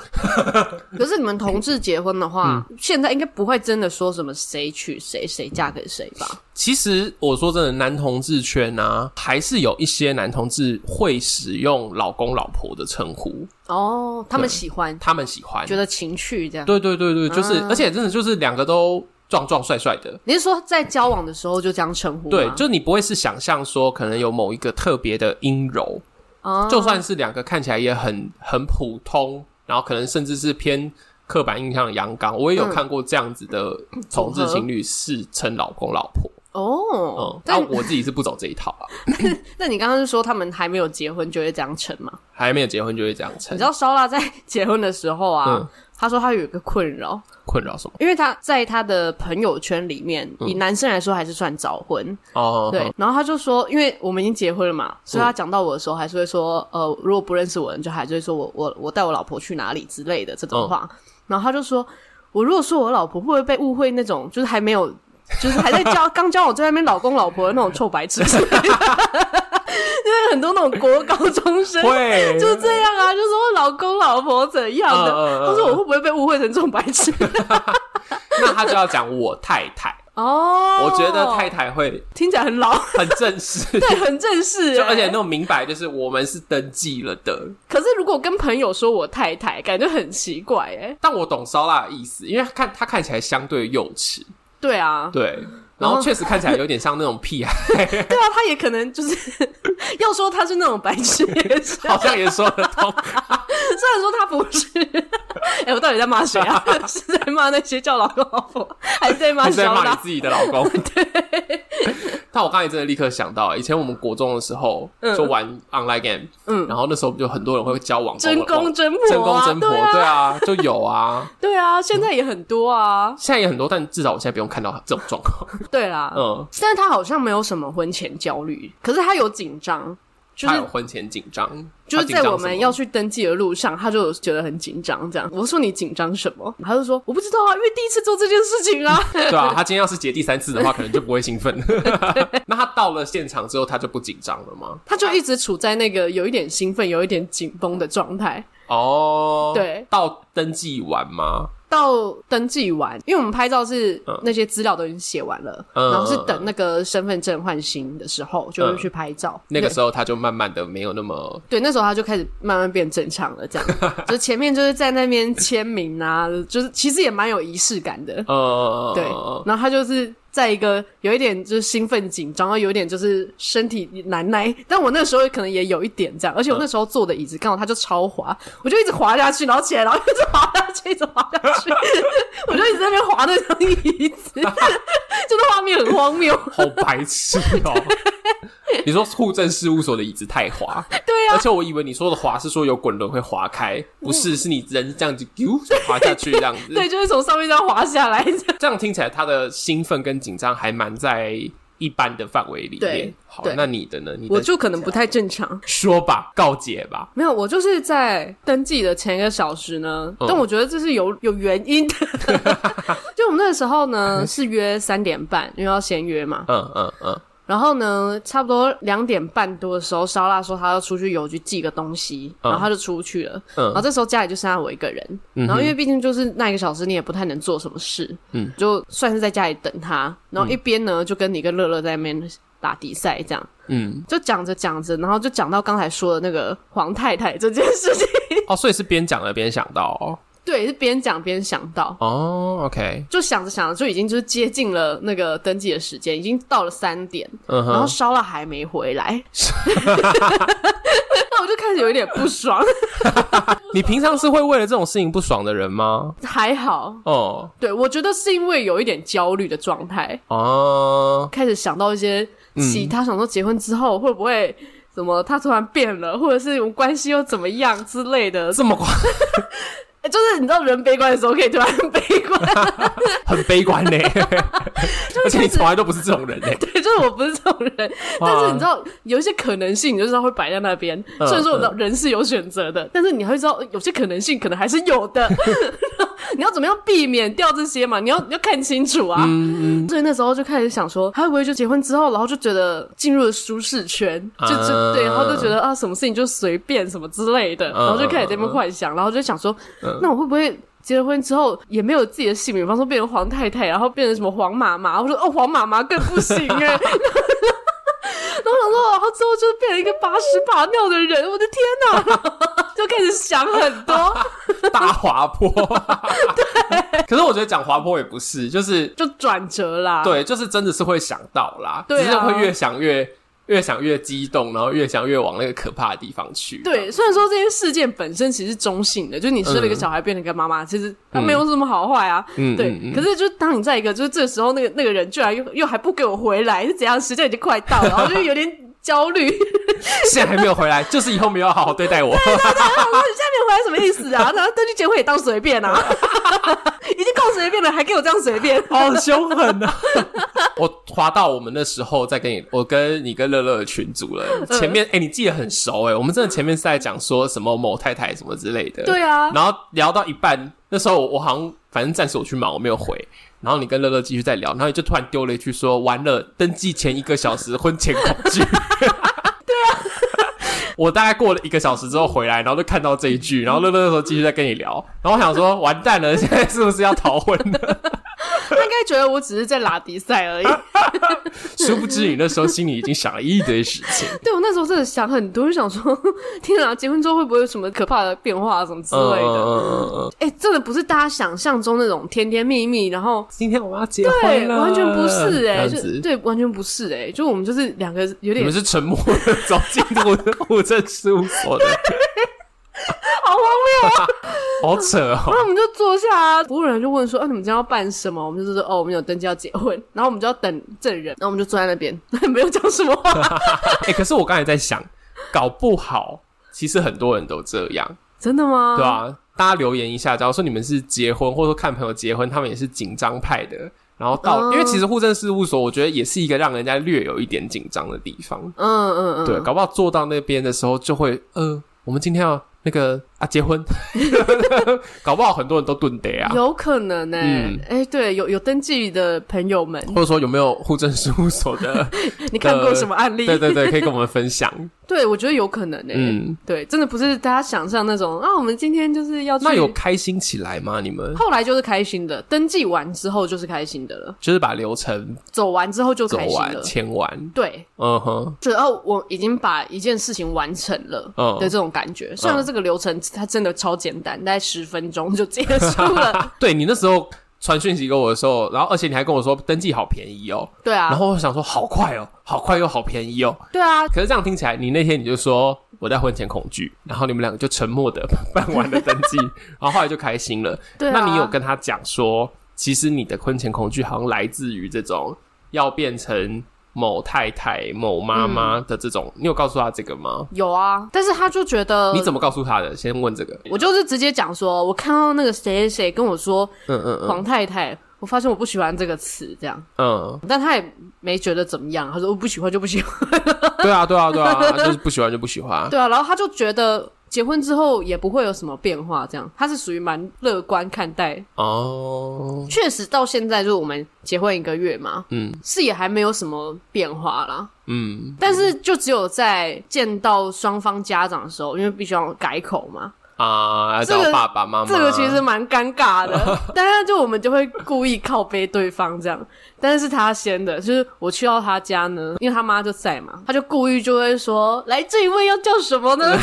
[SPEAKER 2] 可是你们同志结婚的话，
[SPEAKER 1] 嗯
[SPEAKER 2] 现在应该不会真的说什么谁娶谁，谁嫁给谁吧？
[SPEAKER 1] 其实我说真的，男同志圈啊，还是有一些男同志会使用老公老婆的称呼，
[SPEAKER 2] 哦，他们喜欢，
[SPEAKER 1] 他们喜欢。
[SPEAKER 2] 觉得嗯情趣这样。
[SPEAKER 1] 对对对对，就是，而且真的就是两个都壮壮帅帅的。
[SPEAKER 2] 你是说在交往的时候就这样称呼吗？
[SPEAKER 1] 对，就你不会是想象说可能有某一个特别的阴柔，
[SPEAKER 2] 哦
[SPEAKER 1] 就算是两个看起来也很很普通，然后可能甚至是偏刻板印象的阳刚，我也有
[SPEAKER 2] 嗯
[SPEAKER 1] 看过这样子的同志
[SPEAKER 2] 组合
[SPEAKER 1] 情侣是称老公老婆，嗯
[SPEAKER 2] 哦，，
[SPEAKER 1] 但
[SPEAKER 2] 但
[SPEAKER 1] 我自己是不走这一套啊，
[SPEAKER 2] 那你刚刚是说他们还没有结婚就会这样称吗？
[SPEAKER 1] 还没有结婚就会这样称
[SPEAKER 2] 你知，道烧腊在结婚的时候啊，
[SPEAKER 1] 嗯
[SPEAKER 2] 他说他有一个困扰，
[SPEAKER 1] 困扰什么？
[SPEAKER 2] 因为他在他的朋友圈里面，
[SPEAKER 1] 嗯
[SPEAKER 2] 以男生来说还是算早婚，
[SPEAKER 1] 哦，
[SPEAKER 2] 对。然后他就说，因为我们已经结婚了嘛，所以
[SPEAKER 1] 嗯
[SPEAKER 2] 他讲到我的时候还是会说，呃，如果不认识我的人，就还是会说我我我带我老婆去哪里之类的这
[SPEAKER 1] 嗯
[SPEAKER 2] 种话。然后他就说，我如果说我老婆，会不会被误会那种就是还没有。就是还在交 刚交往在那边老公老婆的那种臭白痴之类的，因 为很多那种国高中生
[SPEAKER 1] 会
[SPEAKER 2] 就这样啊，就说老公老婆怎样的，
[SPEAKER 1] 嗯嗯嗯
[SPEAKER 2] 他说我会不会被误会成这种白痴？
[SPEAKER 1] 那他就要讲我太太，
[SPEAKER 2] 哦，
[SPEAKER 1] 我觉得太太会
[SPEAKER 2] 听起来很老，
[SPEAKER 1] 很正式，
[SPEAKER 2] 对，很正式欸。
[SPEAKER 1] 就而且那种明白就是我们是登记了的。
[SPEAKER 2] 可是如果跟朋友说我太太，感觉很奇怪哎。
[SPEAKER 1] 但我懂烧腊的意思，因为他看他看起来相对幼稚，
[SPEAKER 2] 对啊，
[SPEAKER 1] 对，然后确实看起来有点像那种屁孩，
[SPEAKER 2] 对啊，他也可能就是 要说他是那种白痴也是， 虽
[SPEAKER 1] 好像也说得 通。
[SPEAKER 2] 然说他不是。 哎，我到底在骂谁啊？ 是在骂那些叫老公老 婆，还是在骂
[SPEAKER 1] 你在
[SPEAKER 2] 小
[SPEAKER 1] 骂你
[SPEAKER 2] 打？
[SPEAKER 1] 自己的老 公。对。但我刚才真的立刻想到，以前我们国中的时候
[SPEAKER 2] 嗯
[SPEAKER 1] 就玩 online game，嗯，然后那时候就很多人会交往
[SPEAKER 2] 真公真婆啊
[SPEAKER 1] 真公哦真婆，
[SPEAKER 2] 对啊
[SPEAKER 1] 对啊，就有啊。
[SPEAKER 2] 对啊，现在也很多啊。
[SPEAKER 1] 现在也很多，但至少我现在不用看到这种状况。
[SPEAKER 2] 对啦，
[SPEAKER 1] 嗯，
[SPEAKER 2] 但是他好像没有什么婚前焦虑，可是他有紧张，就
[SPEAKER 1] 他
[SPEAKER 2] 是
[SPEAKER 1] 有婚前紧张，
[SPEAKER 2] 就是
[SPEAKER 1] 他紧
[SPEAKER 2] 在
[SPEAKER 1] 张
[SPEAKER 2] 我
[SPEAKER 1] 什么
[SPEAKER 2] 们要去登记的路上，他就觉得很紧张。这样，我说你紧张什么？他就说我不知道啊，因为第一次做这件事情 啊。
[SPEAKER 1] 对啊，他今天要是结第三次的话，可能就不会兴 奋。那他到了现场之后，他就不紧张了吗？
[SPEAKER 2] 他就一直处在那个有一点兴奋、有一点紧绷的状态。
[SPEAKER 1] 哦，
[SPEAKER 2] 对，
[SPEAKER 1] 到登记完吗？
[SPEAKER 2] 到登记完，因为我们拍照是
[SPEAKER 1] 嗯
[SPEAKER 2] 那些资料都已经写完了，
[SPEAKER 1] 嗯
[SPEAKER 2] 然后是等那个身份证换新的时候，就会去拍照。
[SPEAKER 1] 嗯那个
[SPEAKER 2] 对
[SPEAKER 1] 时候他就慢慢的没有那么
[SPEAKER 2] 对，那时候他就开始慢慢变正常了，这 样，就前面就是在那边签名啊，就是其实也蛮有仪式感的，
[SPEAKER 1] 呃，
[SPEAKER 2] 对，然后他就是在一个有一点就是兴奋紧张，然后有一点就是身体难耐，但我那时候可能也有一点这样，而且我那时候坐的椅子刚好它就超滑，我就一直滑下去，然后起来，然后一直滑下去，一直滑下去， 我就一直在那边滑那张 椅子，就是画面很荒谬。
[SPEAKER 1] 好白痴哦、你说户政事务所的椅子太滑，
[SPEAKER 2] 对
[SPEAKER 1] 而
[SPEAKER 2] 啊，
[SPEAKER 1] 且我以为你说的滑是说有滚轮会滑开，不是，是你人这样子啾就滑下去这样子。
[SPEAKER 2] 嗯对，就是从上面这样滑下来。
[SPEAKER 1] 这样听起来他的兴奋跟紧张还蛮在一般的范围里面
[SPEAKER 2] 对。
[SPEAKER 1] 好
[SPEAKER 2] 对，
[SPEAKER 1] 那你的呢？你的
[SPEAKER 2] 我就可能不太正常，
[SPEAKER 1] 说吧，告解吧。
[SPEAKER 2] 没有，我就是在登记的前一个小时呢，
[SPEAKER 1] 嗯
[SPEAKER 2] 但我觉得这是有有原因的。 就我们那个时候呢是约三点半，因为要先约嘛。
[SPEAKER 1] 嗯嗯 嗯，
[SPEAKER 2] 然后呢，差不多两点半多的时候，烧腊说他要出去邮局寄个东西，
[SPEAKER 1] 嗯
[SPEAKER 2] 然后他就出去了。
[SPEAKER 1] 嗯
[SPEAKER 2] 然后这时候家里就剩下我一个人，然后因为毕竟就是那一个小时，你也不太能做什么事，
[SPEAKER 1] 嗯，
[SPEAKER 2] 就算是在家里等他。然后一边呢，就跟你跟乐乐在那边打比赛，这样
[SPEAKER 1] 嗯，
[SPEAKER 2] 就讲着讲着，然后就讲到刚才说的那个黄太太这件事 情。
[SPEAKER 1] 哦，所以是边讲了边想到哦。
[SPEAKER 2] 对，是边讲边想到，
[SPEAKER 1] 哦，OK，
[SPEAKER 2] 就想着想着就已经就是接近了那个登记的时间，已经到了三点，
[SPEAKER 1] 嗯
[SPEAKER 2] 然后
[SPEAKER 1] 哼，
[SPEAKER 2] 烧腊还没回来， 那我就开始有一点不爽。
[SPEAKER 1] 你平常是会为了这种事情不爽的人吗？
[SPEAKER 2] 还好，
[SPEAKER 1] 哦
[SPEAKER 2] 对我觉得是因为有一点焦虑的状态，
[SPEAKER 1] 哦，
[SPEAKER 2] 开始想到一些
[SPEAKER 1] 嗯
[SPEAKER 2] 其他，想说结婚之后会不会。怎么？他突然变了，或者是我们关系又怎么样之类的，
[SPEAKER 1] 这么夸，
[SPEAKER 2] 欸就是你知道，人悲观的时候可以突然 悲观，
[SPEAKER 1] 很悲观 呢，而且你从来都不是这种人呢。
[SPEAKER 2] 对，就是我不是这种 人，
[SPEAKER 1] 哇
[SPEAKER 2] 但是你知道有一些可能性，你就知道会摆在那边。
[SPEAKER 1] 啊嗯
[SPEAKER 2] 虽然说我知道人是有选择的，但是你还会知道呃有些可能性可能还是有的。 你要怎么样避免掉这些嘛？你要你要看清楚
[SPEAKER 1] 嗯
[SPEAKER 2] 啊。所以那时候就开始想说，他会不会就结婚之后，然后就觉得进入了舒适圈，就就、
[SPEAKER 1] 啊
[SPEAKER 2] 对，然后就觉得啊，什么事情就随便什么之类的，
[SPEAKER 1] 嗯
[SPEAKER 2] 然后就开始在那边幻想，然后就想说，那我会不会？结了婚之后也没有自己的姓名，比方说变成黄太太，然后变成什么黄妈妈，我说哦黄妈妈更不行哎、然后想说， 然后之后就变成一个把屎把尿的人，我的天哪！ 就开始想很多，
[SPEAKER 1] 嗯大滑 坡。可是我觉得讲滑坡也不是，就是
[SPEAKER 2] 就转折啦。
[SPEAKER 1] 对，就是真的是会想到啦，
[SPEAKER 2] 对啊
[SPEAKER 1] 只是会越想越越想越激动，然后越想越往那个可怕的地方去。
[SPEAKER 2] 对，虽然说这件事件本身其实是中性的，就是你生了一个
[SPEAKER 1] 嗯
[SPEAKER 2] 小孩变成一个妈妈，其实它没有什么好坏啊。
[SPEAKER 1] 嗯，
[SPEAKER 2] 对，
[SPEAKER 1] 嗯嗯
[SPEAKER 2] 可是就当你在一个就是这个时候，那个那个人居然又又还不给我回来，是怎样？时间已经快到了，然后就有点焦虑。
[SPEAKER 1] 现在还没有回来，就是以后没有好好对待我。
[SPEAKER 2] 然后我说你下面回来什么意思啊？然后登去结婚也当随便啊， 已经够随便了，还给我这样随便？
[SPEAKER 1] 好凶狠啊！ 我滑到我们那时候在跟你，我跟你跟乐乐的群组了。前面哎、你记得很熟哎、我们真的前面是在讲说什么某太太什么之类的。
[SPEAKER 2] 对啊
[SPEAKER 1] 然后聊到一半，那时候我我好像反正暂时我去忙，我没有回。然后你跟乐乐继续在聊，然后你就突然丢了一句说：“完了，登记前一个小时婚前恐惧。” 对啊。 我大概过了一个小时之后回来，然后就看到这一句，然后乐乐那时候继续在跟你聊，然后我想说完蛋了，现在是不是要逃婚了？
[SPEAKER 2] 他应该觉得我只是在拉迪赛而已。
[SPEAKER 1] 殊不知你那时候心里已经想了一堆事情。
[SPEAKER 2] 对我那时候真的想很多，就想说， 天啊，结婚之后会不会有什么可怕的变化什么 之类的？
[SPEAKER 1] 嗯嗯嗯。
[SPEAKER 2] 哎、真的不是大家想象中那种甜甜蜜蜜，然后
[SPEAKER 1] 今天我们要结
[SPEAKER 2] 对，完全不是哎、
[SPEAKER 1] 这样
[SPEAKER 2] 就
[SPEAKER 1] 子
[SPEAKER 2] 对，完全不是哎、就我们就是两个有
[SPEAKER 1] 你
[SPEAKER 2] 点
[SPEAKER 1] 们是沉默的走进户户政事务所的，
[SPEAKER 2] 好荒谬。
[SPEAKER 1] 好扯哦。
[SPEAKER 2] 然后我们就坐下啊，服务人就问说：“啊，你们今天要办什么？”我们就说：“哦，我们有登记要结婚。”然后我们就要等证人，然后我们就坐在那边， 没有讲什么话，
[SPEAKER 1] 哎、可是我刚才在想，搞不好其实很多人都这样，
[SPEAKER 2] 真的吗？
[SPEAKER 1] 对吧、啊大家留言一下，假如说你们是结婚，或者说看朋友结婚，他们也是紧张派的。然后到，
[SPEAKER 2] 嗯
[SPEAKER 1] 因为其实户政事务所，我觉得也是一个让人家略有一点紧张的地方。
[SPEAKER 2] 嗯嗯嗯，
[SPEAKER 1] 对，搞啊不好坐到那边的时候就会，呃，我们今天要那个啊结 婚， 搞不好很多人都顿得啊，
[SPEAKER 2] 有可能呢、哎、
[SPEAKER 1] 嗯呃
[SPEAKER 2] 对，有有登记的朋友们，
[SPEAKER 1] 或者说有没有户政事务所 的，
[SPEAKER 2] 你看过什么案例？
[SPEAKER 1] 对对对，可以跟我们分享。
[SPEAKER 2] 对我觉得有可能呢、
[SPEAKER 1] 嗯，
[SPEAKER 2] 对，真的不是大家想象那种啊，我们今天就是要去。
[SPEAKER 1] 那有开心起来吗？你们
[SPEAKER 2] 后来就是开心的，登记完之后就是开心的了，
[SPEAKER 1] 就是把流程
[SPEAKER 2] 走完之后就
[SPEAKER 1] 走
[SPEAKER 2] 开心哦
[SPEAKER 1] 完、
[SPEAKER 2] 了。
[SPEAKER 1] 签完，
[SPEAKER 2] 对，
[SPEAKER 1] 嗯哼，
[SPEAKER 2] 觉得哦，我已经把一件事情完成了
[SPEAKER 1] 嗯
[SPEAKER 2] 的这种感觉。虽然说这个流程它真的超简单，大概十分钟就结束 了。
[SPEAKER 1] 对你那时候。传讯息给我的时候，然后而且你还跟我说登记好便宜哦，
[SPEAKER 2] 对
[SPEAKER 1] 然
[SPEAKER 2] 啊，
[SPEAKER 1] 后我想说好快哦，好快又好便宜哦，
[SPEAKER 2] 对啊，
[SPEAKER 1] 可是这样听起来，你那天你就说我在婚前恐惧，然后你们两个就沉默的办完了登记，然后后来就开心了。
[SPEAKER 2] 对啊
[SPEAKER 1] 那你有跟他讲说，其实你的婚前恐惧好像来自于这种要变成某太太、某妈
[SPEAKER 2] 嗯
[SPEAKER 1] 妈的这种，你有告诉他这个吗？
[SPEAKER 2] 有啊，但是他就觉得
[SPEAKER 1] 你怎么告诉他的？先问这个。
[SPEAKER 2] 我就是直接讲说，我看到那个谁谁谁跟我说
[SPEAKER 1] 嗯嗯嗯
[SPEAKER 2] 黄太太，我发现我不喜欢这个词，这样，
[SPEAKER 1] 嗯，
[SPEAKER 2] 但他也没觉得怎么样，他说我哦不喜欢就不喜欢，
[SPEAKER 1] 对啊对啊对啊，就是不喜欢就不喜欢。
[SPEAKER 2] 对啊，然后他就觉得结婚之后也不会有什么变化，这样，他是属于蛮乐观看待，
[SPEAKER 1] 哦，
[SPEAKER 2] 确实到现在就是我们结婚一个月嘛，
[SPEAKER 1] 嗯
[SPEAKER 2] 是也还没有什么变化啦，
[SPEAKER 1] 嗯
[SPEAKER 2] 但是就只有在见到双方家长的时候，因为必须要改口嘛，
[SPEAKER 1] 啊，
[SPEAKER 2] 这
[SPEAKER 1] 找
[SPEAKER 2] 个
[SPEAKER 1] 爸爸妈妈。
[SPEAKER 2] 这个其实蛮尴尬的，但是就我们就会故意靠背对方这样，但是他先的，就是我去到他家呢，因为他妈就在嘛，他就故意就会说，来这一位要叫什么呢？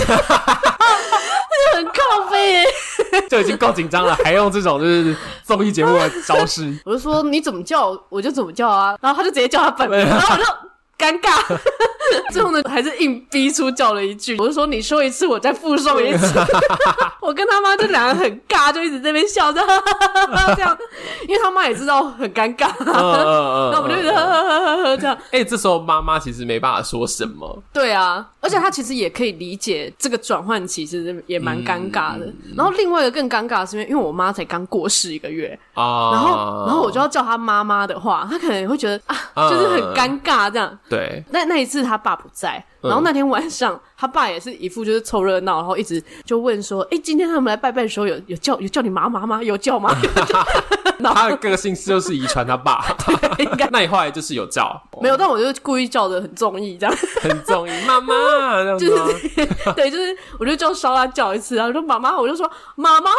[SPEAKER 2] 这很靠背耶、
[SPEAKER 1] 就已经够紧张了，还用这种就是综艺节目的招式。
[SPEAKER 2] 我就说你怎么叫我就怎么叫啊，然后他就直接叫他本名，然后我就。尴尬， 最后呢还是硬逼出叫了一句，我就说你说一次，我再附送一次。 我跟他妈就两个人很尬，就一直在那边笑着这样，因为他妈也知道很尴尬，
[SPEAKER 1] 嗯嗯嗯，
[SPEAKER 2] 那我们就一直呵呵呵呵呵这样。
[SPEAKER 1] 哎、这时候妈妈其实没办法说什么，
[SPEAKER 2] 对啊，而且他其实也可以理解这个转换，其实也蛮尴尬的。然后另外一个更尴尬的是因为，因为我妈才刚过世一个月，
[SPEAKER 1] 啊，
[SPEAKER 2] 然后，然后我就要叫他妈妈的话，他可能会觉得啊，就是很尴尬这样。
[SPEAKER 1] 对，
[SPEAKER 2] 那那一次他爸不在，然后那天晚上他爸也是一副就是凑热闹，然后一直就问说：“哎、今天他们来拜拜的时候有有叫有叫你妈妈吗？有叫吗？” 然
[SPEAKER 1] 他
[SPEAKER 2] 后
[SPEAKER 1] 的个性就是遗传 他爸，
[SPEAKER 2] 应该
[SPEAKER 1] 那你后来就是有照，
[SPEAKER 2] 没有，但我就故意叫的很中意这样，
[SPEAKER 1] 很中意妈妈啊 这样子吗，
[SPEAKER 2] 对，就是我就叫烧腊叫一次，然后说妈妈，我就说妈 妈。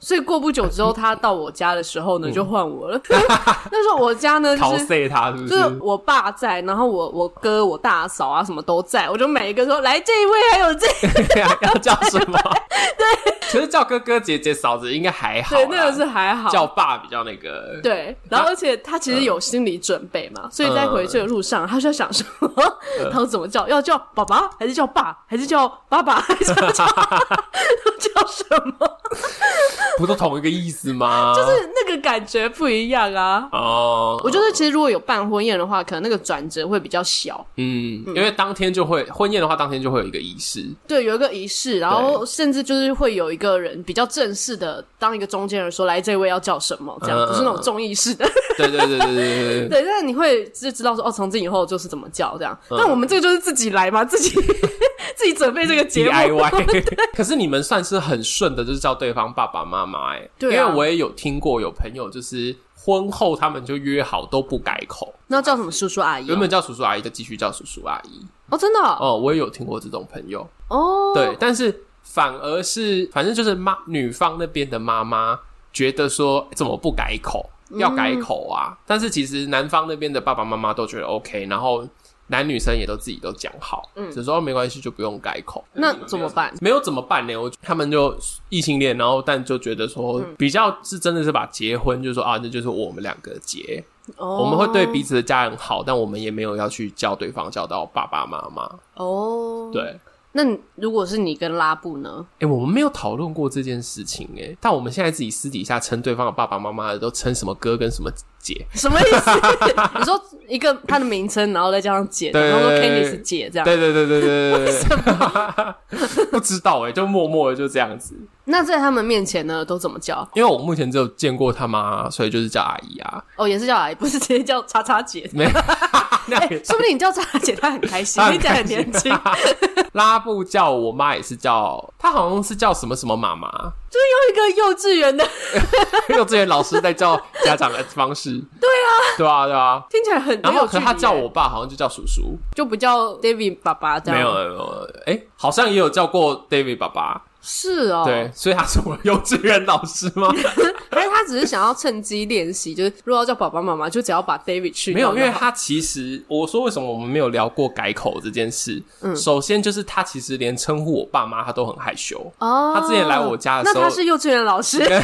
[SPEAKER 2] 所以过不久之后，他到我家的时候呢，就换我了。 那时候我家呢，就
[SPEAKER 1] 陶
[SPEAKER 2] 是
[SPEAKER 1] 醉他是不
[SPEAKER 2] 就是是？我爸在，然后我我哥、我大嫂啊什么都在，我就每一个说来这一位，还有这一位
[SPEAKER 1] 要叫什 么？对，其实叫哥哥、姐姐、嫂子应该还好啦，
[SPEAKER 2] 对，那个是还好。
[SPEAKER 1] 叫爸比较那个，
[SPEAKER 2] 对，然后而且他其实有心理准备嘛，所以在回去的路上，他就在想说，他要怎么叫？要叫爸爸，还是叫爸，还是叫爸 爸，还是叫叫什么？
[SPEAKER 1] 不都同一个意思吗？就
[SPEAKER 2] 就是那个感觉不一样啊。
[SPEAKER 1] 哦，
[SPEAKER 2] 我觉得其实如果有办婚宴的话，可能那个转折会比较小。
[SPEAKER 1] 嗯，因为当天就会婚宴的话，当天就会有一个仪式，
[SPEAKER 2] 对，有一个仪式，然后甚至就是会有一个人比较正式的当一个中间人说，来这位要叫什么，这样、
[SPEAKER 1] 嗯
[SPEAKER 2] 不是那种综艺式的。
[SPEAKER 1] 对对对对对对对对。
[SPEAKER 2] 对，但是你会就知道说，哦，从今以后就是怎么叫这样。
[SPEAKER 1] 嗯
[SPEAKER 2] 但我们这个就是自己来嘛，自己 自己准备这个节目。
[SPEAKER 1] DIY，可是你们算是很顺的，就是叫对方爸爸妈妈哎，
[SPEAKER 2] 对啊
[SPEAKER 1] 因为我也有听过有朋友就是婚后他们就约好都不改口，
[SPEAKER 2] 那叫什么叔叔阿姨
[SPEAKER 1] 原
[SPEAKER 2] 哦？
[SPEAKER 1] 本叫叔叔阿姨就继续叫叔叔阿姨，
[SPEAKER 2] 哦，真的哦，
[SPEAKER 1] 哦，我也有听过这种朋友，
[SPEAKER 2] 哦
[SPEAKER 1] 对，但是反而是反正就是妈女方那边的妈妈觉得说欸怎么不改口，要
[SPEAKER 2] 嗯
[SPEAKER 1] 改口啊，但是其实男方那边的爸爸妈妈都觉得 OK，然后男女生也都自己都讲好，嗯，只说哦没关系就不用改口，
[SPEAKER 2] 那怎么办？
[SPEAKER 1] 没有怎么办呢？我他们就异性恋，然后但就觉得说
[SPEAKER 2] 嗯
[SPEAKER 1] 比较是真的是把结婚，就是说啊，那就是我们两个结，
[SPEAKER 2] 哦，
[SPEAKER 1] 我们会对彼此的家人好，但我们也没有要去叫对方叫到爸爸妈妈。
[SPEAKER 2] 哦。
[SPEAKER 1] 对，
[SPEAKER 2] 那你如果是你跟拉布呢？
[SPEAKER 1] 哎、我们没有讨论过这件事情哎、诶但我们现在自己私底下称对方的爸爸妈妈的都称什么哥跟什么姐，
[SPEAKER 2] 什么意 思？你说一个他的名称，然后再加上姐，
[SPEAKER 1] 对
[SPEAKER 2] 然后说 Candice 姐这样。
[SPEAKER 1] 对对对对 对对对， 不知道哎、诶就默默的就这样子。
[SPEAKER 2] 那在他们面前呢，都怎么叫？
[SPEAKER 1] 因为我目前只有见过他妈，所以就是叫阿姨啊，
[SPEAKER 2] 哦，也是叫阿姨，不是直接叫叉叉姐。
[SPEAKER 1] 没， 那
[SPEAKER 2] 哎、
[SPEAKER 1] 样也
[SPEAKER 2] 说不定你叫叉叉姐，她很开心，
[SPEAKER 1] 她很
[SPEAKER 2] 你讲
[SPEAKER 1] 开
[SPEAKER 2] 很
[SPEAKER 1] 心
[SPEAKER 2] 年轻。
[SPEAKER 1] 拉布叫我妈也是叫，她好像是叫什么什么妈妈，
[SPEAKER 2] 一个幼稚园的，
[SPEAKER 1] 幼稚园老师在叫家长的方式。对啊，对啊，对啊。
[SPEAKER 2] 听起来很
[SPEAKER 1] 然
[SPEAKER 2] 很有
[SPEAKER 1] 后
[SPEAKER 2] 趣。
[SPEAKER 1] 可他叫我，爸好像就叫叔叔，
[SPEAKER 2] 就不叫 David 爸爸这样。
[SPEAKER 1] 没有，没有，没有哎、好像也有叫过 David 爸爸，
[SPEAKER 2] 是哦。
[SPEAKER 1] 对，，所以他是我的幼稚园老师 吗？
[SPEAKER 2] 但是他只是想要趁机练习，就是如果要叫爸爸妈妈，就只要把 David 去
[SPEAKER 1] 没
[SPEAKER 2] 掉
[SPEAKER 1] 有，
[SPEAKER 2] 就好。
[SPEAKER 1] 因为他其实我说为什么我们没有聊过改口这件事，首先就是他其实连称呼我爸妈他都很害羞，
[SPEAKER 2] 哦，
[SPEAKER 1] 他之前来我家的时候
[SPEAKER 2] 那他是幼稚园老师，哦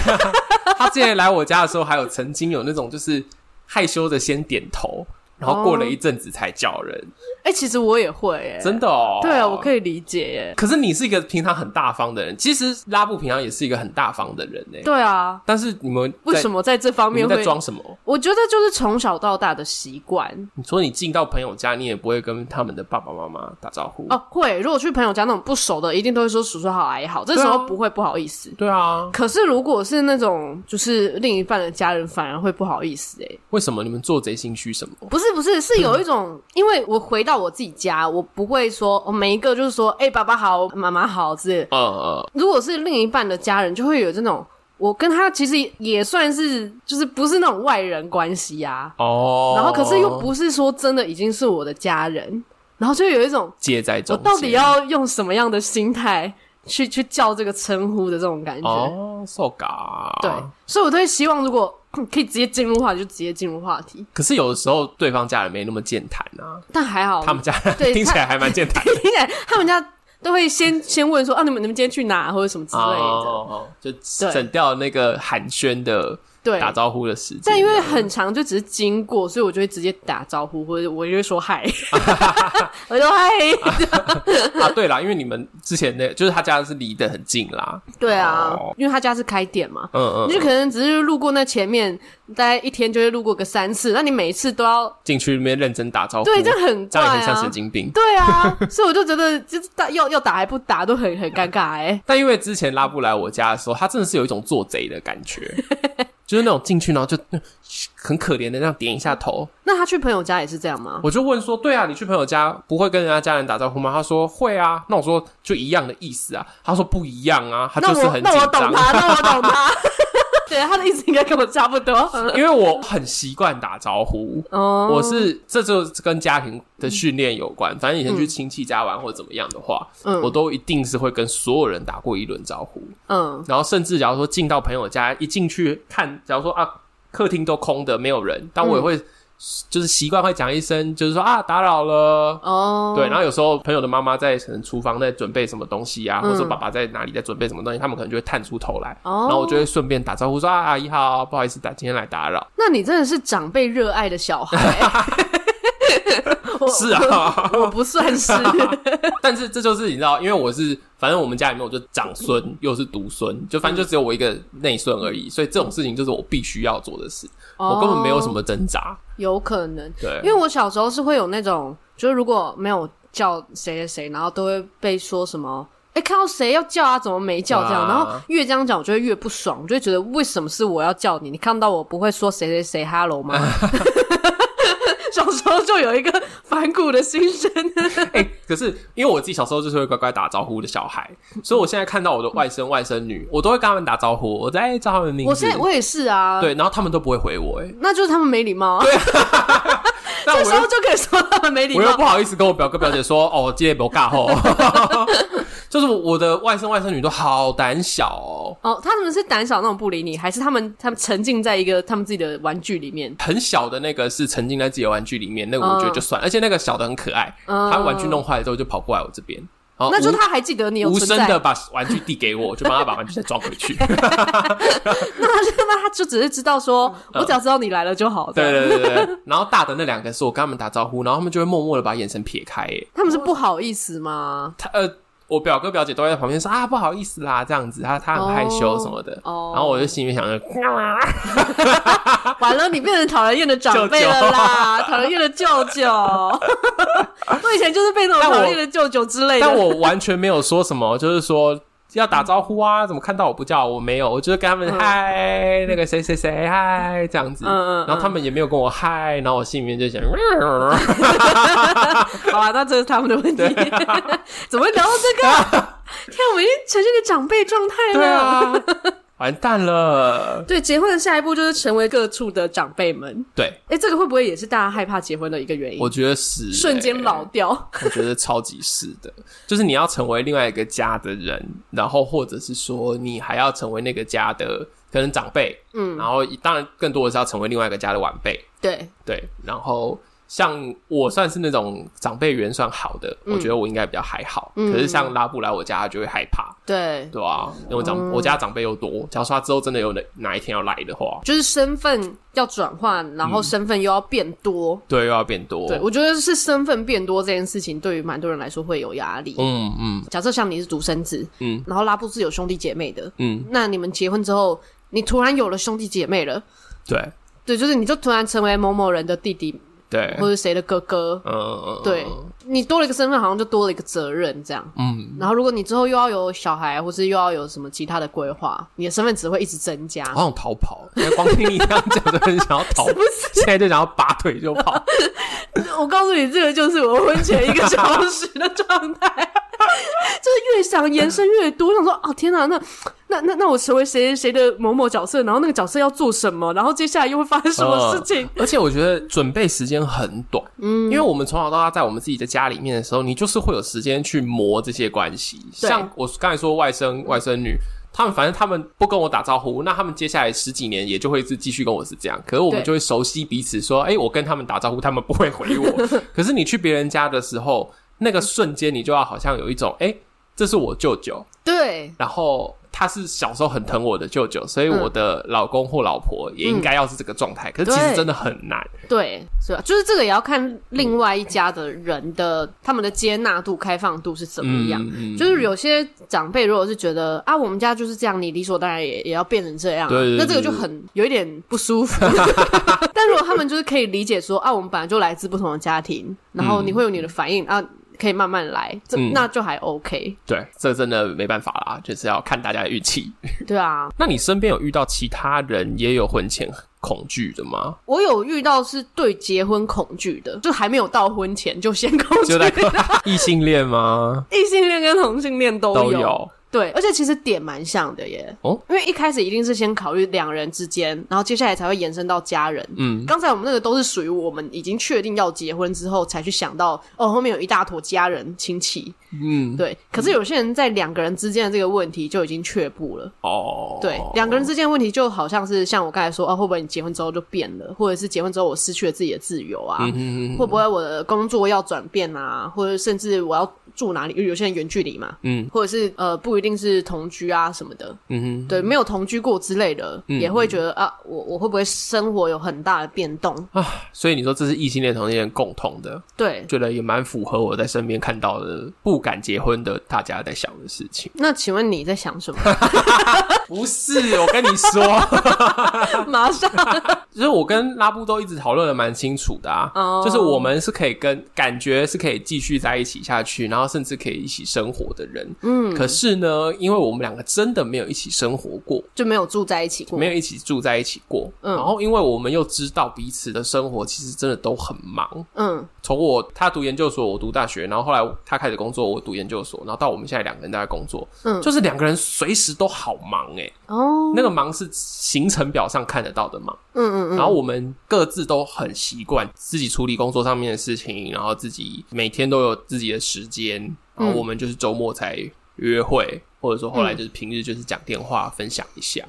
[SPEAKER 1] 他之前来我家的时候，还有曾经有那种就是害羞的先点头，然后过了一阵子才叫人，
[SPEAKER 2] 哎、其实我也会、哎，
[SPEAKER 1] 真的哦。
[SPEAKER 2] 对啊，我
[SPEAKER 1] 以。
[SPEAKER 2] 可以理解、
[SPEAKER 1] 可是你是一个平常很大方的人，其实拉布平常也是一个很大方的人呢
[SPEAKER 2] 哎，。对啊，
[SPEAKER 1] 但是你们
[SPEAKER 2] 为什
[SPEAKER 1] 么
[SPEAKER 2] 么在这方
[SPEAKER 1] 你
[SPEAKER 2] 面
[SPEAKER 1] 们在
[SPEAKER 2] 会？
[SPEAKER 1] 装什么？
[SPEAKER 2] 我觉得就是从小到大的习惯
[SPEAKER 1] 你说你进到朋友家，你也不会跟他们的爸爸妈妈打招呼。
[SPEAKER 2] 哦，会。如果去朋友家那种不熟的，一定都会说叔叔好，阿姨好，这时
[SPEAKER 1] 对啊
[SPEAKER 2] 候不会不好意思。
[SPEAKER 1] 对啊，
[SPEAKER 2] 可是如果是那种就是另一半的家人，反而会不好意思哎、
[SPEAKER 1] 为什么你们做贼心虚什么？
[SPEAKER 2] 不是不是，是有一种，因为我回到我自己家，我不会说我每一个就是说，哎、爸爸好，妈妈好之类的。
[SPEAKER 1] 嗯嗯，
[SPEAKER 2] 如果是另一半的家人，就会有这种，我跟他其实也算是就是不是那种外人关系啊，
[SPEAKER 1] 哦。
[SPEAKER 2] 然后可是又不是说真的已经是我的家人，然后就有一种
[SPEAKER 1] 介在
[SPEAKER 2] 我
[SPEAKER 1] 中间，
[SPEAKER 2] 到底要用什么样的心态去去叫这个称呼的这种感觉。
[SPEAKER 1] 哦，so ga。
[SPEAKER 2] 对，所以我都会希望，如果可以直接进入话题，就直接进入话题。
[SPEAKER 1] 可是有的时候对方家人没那么健谈啊，
[SPEAKER 2] 但还好，
[SPEAKER 1] 他们家人
[SPEAKER 2] 对
[SPEAKER 1] 听起来还蛮健 谈的。
[SPEAKER 2] 听起来他们家都会先 先问说啊，你们你们今天去哪或者什么之类的。
[SPEAKER 1] 哦，就省掉那个寒暄的
[SPEAKER 2] 对，
[SPEAKER 1] 打招呼的时间。
[SPEAKER 2] 但因为很长，就只是经过，所以我就会直接打招呼，或者我就会说嗨， 我就嗨。
[SPEAKER 1] 啊，对啦，因为你们之前那就是他家是离得很近啦，
[SPEAKER 2] 对啊
[SPEAKER 1] 哦，
[SPEAKER 2] 因为他家是开店嘛。
[SPEAKER 1] 嗯嗯
[SPEAKER 2] 你就
[SPEAKER 1] 嗯，
[SPEAKER 2] 可能只是路过那前面，大概一天就会路过个三次，那你每一次都要
[SPEAKER 1] 进去那边认真打招呼，
[SPEAKER 2] 对，这很
[SPEAKER 1] 这
[SPEAKER 2] 怪
[SPEAKER 1] 样也很像
[SPEAKER 2] 啊
[SPEAKER 1] 神，经病。
[SPEAKER 2] 对啊，所以我就觉得就是打要要打还不打都很很尴尬哎、
[SPEAKER 1] 但因为之前拉布来我家的时候，他真的是有一种做贼的感觉， 就是那种进去然后就嗯很可怜的那样点一下头。
[SPEAKER 2] 那他去朋友家也是这样吗？
[SPEAKER 1] 我就问说：“对啊，你去朋友家不会跟人家家人打招呼吗？”他说：“会啊。”那我说：“就一样的意思啊。”他说：“不一样啊。”他
[SPEAKER 2] 那
[SPEAKER 1] 就是
[SPEAKER 2] 我
[SPEAKER 1] 很紧
[SPEAKER 2] 那我懂
[SPEAKER 1] 张，
[SPEAKER 2] 他，那我懂他。 对，他的意思应该跟我差不多。
[SPEAKER 1] 因为我很习惯打招呼。
[SPEAKER 2] 哦，嗯
[SPEAKER 1] 我是这就是跟家庭的训练有关，反正以前去亲戚家玩或者怎么样的话，
[SPEAKER 2] 嗯
[SPEAKER 1] 我都一定是会跟所有人打过一轮招呼，
[SPEAKER 2] 嗯
[SPEAKER 1] 然后甚至假如说进到朋友家，一进去看，假如说啊客厅都空的没有人，但我
[SPEAKER 2] 嗯
[SPEAKER 1] 也会、就是习惯会讲一声，就是说啊打扰了。
[SPEAKER 2] 哦，
[SPEAKER 1] 对，然后有时候朋友的妈妈在可能厨房在准备什么东西啊，
[SPEAKER 2] 嗯
[SPEAKER 1] 或者爸爸在哪里在准备什么东西，他们可能就会探出头来，
[SPEAKER 2] 哦
[SPEAKER 1] 然后我就会顺便打招呼说啊阿姨好，不好意思打今天来打扰，
[SPEAKER 2] 那你真的是长辈热爱的小孩。 我
[SPEAKER 1] 是，啊，
[SPEAKER 2] 我不算是。
[SPEAKER 1] 但是这就是你知道，因为我是反正我们家里面我就长孙又是独孙，就反正就只有我一个内孙而已，所以这种事情就是我必须要做的事， 我根本没有什
[SPEAKER 2] 嗯哦，
[SPEAKER 1] 么挣扎。
[SPEAKER 2] 有可能，
[SPEAKER 1] 对
[SPEAKER 2] 因，为我小时候是会有那种，就是如果没有叫谁谁谁，然后都会被说什么。哎、看到谁要叫啊？怎么没叫这样？
[SPEAKER 1] 啊
[SPEAKER 2] 然后越这样讲，我就会越不爽，我就会觉得为什么是我要叫你？你看到我不会说谁谁谁 hello 吗？小时候就有一个反骨的心声。
[SPEAKER 1] 哎、可是因为我自己小时候就是会乖乖打招呼的小孩，所以我现在看到我的外甥外甥女，我都会跟他们打招呼，我在哎叫他们名
[SPEAKER 2] 我
[SPEAKER 1] 字
[SPEAKER 2] 现，在我也是啊，，
[SPEAKER 1] 对，然后他们都不会回我、哎，
[SPEAKER 2] 那就是他们没礼貌啊。
[SPEAKER 1] 但
[SPEAKER 2] 这
[SPEAKER 1] 我
[SPEAKER 2] 时候
[SPEAKER 1] 又
[SPEAKER 2] 就可以说他们没礼
[SPEAKER 1] 我又
[SPEAKER 2] 貌
[SPEAKER 1] 不。好意思跟我表哥表姐说， 哦，今天不尬吼，就是我的外甥外甥女都好胆小哦。
[SPEAKER 2] 哦，他们是胆小那种不理你，还是他们他们沉浸在一个他们自己的玩具里面？
[SPEAKER 1] 很小的那个是沉浸在自己的玩具里面，那个我觉得就算，而且那个小的很可爱，
[SPEAKER 2] 嗯
[SPEAKER 1] 他玩具弄坏了之后就跑过来我这边，然后
[SPEAKER 2] 那就
[SPEAKER 1] 哦无
[SPEAKER 2] 他还记得你有
[SPEAKER 1] 无
[SPEAKER 2] 存
[SPEAKER 1] 声
[SPEAKER 2] 在，
[SPEAKER 1] 的把玩具递给我，就帮他把玩具再 装回去。
[SPEAKER 2] 那他就那他就只是知道说，我只要知道你来了就好。
[SPEAKER 1] 嗯对
[SPEAKER 2] 这样，
[SPEAKER 1] 对对对对。然后大的那两个是我跟他们打招呼，然后他们就会默默的把眼神撇开，哎，
[SPEAKER 2] 他们是不好意思吗？
[SPEAKER 1] 他呃。我表哥表姐都在旁边说啊，不好意思啦，这样子，他他很害羞什么的。
[SPEAKER 2] 哦哦
[SPEAKER 1] 然后我就心里面想着，
[SPEAKER 2] 完了，你变成讨人厌的长辈了啦，讨人厌的舅 舅。我以前就是被那种
[SPEAKER 1] 但我
[SPEAKER 2] 讨人厌的舅舅之类的。
[SPEAKER 1] 但我完全没有说什么，就是说要打招呼啊，怎么看到我不叫我没有，我就是跟他们
[SPEAKER 2] 嗯
[SPEAKER 1] 嗨，那个谁谁谁嗨这样子，
[SPEAKER 2] 嗯嗯嗯
[SPEAKER 1] 然后他们也没有跟我嗨，然后我心里面就 想，
[SPEAKER 2] 好啊，那这是他们的问题。
[SPEAKER 1] 啊
[SPEAKER 2] 怎么会聊到 这个？天，我们已经呈现个长辈状态了。
[SPEAKER 1] 对啊，完蛋了，
[SPEAKER 2] 对，结婚的下一步就是成为各处的长辈们。
[SPEAKER 1] 对，
[SPEAKER 2] 哎、这个会不会也是大家害怕结婚的一个原因？
[SPEAKER 1] 我觉得是、欸、
[SPEAKER 2] 瞬间老，掉。
[SPEAKER 1] 我觉得超级是的， 就是你要成为另外一个家的人，然后或者是说你还要成为那个家的可能长辈，嗯，然后当然更多的是要成为另外一个家的晚辈，
[SPEAKER 2] 对，
[SPEAKER 1] 对，然后像我算是那种长辈缘算好的，
[SPEAKER 2] 嗯
[SPEAKER 1] 我觉得我应该比较还好。可是像拉布来我家，他就会害怕，
[SPEAKER 2] 对，
[SPEAKER 1] 对啊，因为我长、我家长辈又多，假如说他之后真的有哪哪一天要来的话，
[SPEAKER 2] 就是身份要转换，然后身份又要变多。
[SPEAKER 1] 嗯对，又要变多。
[SPEAKER 2] 对，我觉得是身份变多这件事情，对于蛮多人来说会有压力。
[SPEAKER 1] 嗯嗯
[SPEAKER 2] 假设像你是独生子，
[SPEAKER 1] 嗯，
[SPEAKER 2] 然后拉布是有兄弟姐妹的，
[SPEAKER 1] 嗯，
[SPEAKER 2] 那你们结婚之后，你突然有了兄弟姐妹了，
[SPEAKER 1] 对
[SPEAKER 2] 对，就是你就突然成为某某人的弟弟
[SPEAKER 1] 对，
[SPEAKER 2] 或者谁的哥哥，
[SPEAKER 1] 嗯嗯
[SPEAKER 2] 对啊你多了一个身份，好像就多了一个责任这样。
[SPEAKER 1] 嗯，
[SPEAKER 2] 然后如果你之后又要有小孩，或是又要有什么其他的规划，你的身份只会一直增加。
[SPEAKER 1] 好想逃跑，光听你这样讲就很想要 逃，现在就想要拔腿就跑。
[SPEAKER 2] 我告诉你，这个就是我婚前一个小时的状态， 就是越想延伸越多，想说哦天哪，那那那那我成为谁谁谁的某某角色，然后那个角色要做什么，然后接下来又会发生什么事情？
[SPEAKER 1] 而且我觉得准备时间很短，嗯，因为我们从小到大在我们自己的家里面的时候，你就是会有时间去磨这些关系。
[SPEAKER 2] 对
[SPEAKER 1] 像我刚才说外甥、外甥女，他们反正他们不跟我打招呼，那他们接下来十几年也就会是继续跟我是这样。可是我们
[SPEAKER 2] 对
[SPEAKER 1] 就会熟悉彼此，说，哎、我跟他们打招呼，他们不会 回我。可是你去别人家的时候，那个瞬间你就要好像有一种，哎、这是我舅舅，
[SPEAKER 2] 对
[SPEAKER 1] 然后他是小时候很疼我的舅舅，所以
[SPEAKER 2] 嗯
[SPEAKER 1] 我的老公或老婆也应该要是这个状态。可是其实
[SPEAKER 2] 对
[SPEAKER 1] 真的很难。
[SPEAKER 2] 对，是吧？就是这个也要看另外一家的人的他们的接纳度、开放度是怎么样。
[SPEAKER 1] 嗯
[SPEAKER 2] 就是有些长辈如果是觉得啊，我们家就是这样，你理所当然也也要变成这样啊、
[SPEAKER 1] 对对对
[SPEAKER 2] 那这个就很有一点不舒 服。 但如果他们就是可以理解说啊，我们本来就来自不同的家庭，然后你会有你的反应、啊，可以慢慢来，这、
[SPEAKER 1] 嗯
[SPEAKER 2] 那就还 OK。
[SPEAKER 1] 对，这真的没办法啦，就是要看大家的运 气。
[SPEAKER 2] 对啊，
[SPEAKER 1] 那你身边有遇到其他人也有婚前恐惧的吗？
[SPEAKER 2] 我有遇到是对结婚恐惧的，就还没有到婚前就先恐惧
[SPEAKER 1] 就。在异性恋吗？
[SPEAKER 2] 异性恋跟同性恋啊都
[SPEAKER 1] 都
[SPEAKER 2] 有，对，而且其实点蛮像的耶。
[SPEAKER 1] 哦，
[SPEAKER 2] 因为一开始一定是先考虑两人之间，然后接下来才会延伸到家人。
[SPEAKER 1] 嗯，
[SPEAKER 2] 刚才我们那个都是属于我们已经确定要结婚之后才去想到，哦，后面有一大坨家人亲戚。
[SPEAKER 1] 嗯，
[SPEAKER 2] 对，可是有些人在两个人之间的这个问题就已经却步了。
[SPEAKER 1] 哦，
[SPEAKER 2] 对，两个人之间的问题就好像是像我刚才说，哦，会不会你结婚之后就变了，或者是结婚之后我失去了自己的自由啊？
[SPEAKER 1] 嗯，嗯
[SPEAKER 2] 会不会我的工作要转变啊，或者甚至我要住哪里？因为有些人远距离嘛，
[SPEAKER 1] 嗯，
[SPEAKER 2] 或者是呃不一定是同居啊什么的，
[SPEAKER 1] 嗯
[SPEAKER 2] 对，没有同居过之类的，也会觉得啊，我我会不会生活有很大的变动？
[SPEAKER 1] 嗯啊，所以你说这是异性恋同性恋共同的，
[SPEAKER 2] 对，
[SPEAKER 1] 觉得也蛮符合我在身边看到的不敢结婚的大家在想的事情。
[SPEAKER 2] 那请问你在想什么？
[SPEAKER 1] 不是，我跟你说。
[SPEAKER 2] 马上，
[SPEAKER 1] 就是我跟拉布都一直讨论的蛮清楚的啊
[SPEAKER 2] 哦
[SPEAKER 1] 就是我们是可以跟感觉是可以继续在一起下去，然后甚至可以一起生活的人。嗯，可是呢，因为我们两个真的没有一起生活过，
[SPEAKER 2] 就没有住在一起过，
[SPEAKER 1] 没有一起住在一起过，
[SPEAKER 2] 嗯
[SPEAKER 1] 然后因为我们又知道彼此的生活其实真的都很忙。
[SPEAKER 2] 嗯，
[SPEAKER 1] 从我他读研究所，我读大学，然后后来他开始工作，我读研究所，然后到我们现在两个人都在工作，
[SPEAKER 2] 嗯
[SPEAKER 1] 就是两个人随时都好忙诶、
[SPEAKER 2] 哦，
[SPEAKER 1] 那个忙是行程表上看得到的忙。
[SPEAKER 2] 嗯嗯嗯，
[SPEAKER 1] 然后我们各自都很习惯自己处理工作上面的事情，然后自己每天都有自己的时间，
[SPEAKER 2] 嗯
[SPEAKER 1] 然后我们就是周末才约会，或者说后来就是平日就是讲电话分享一下。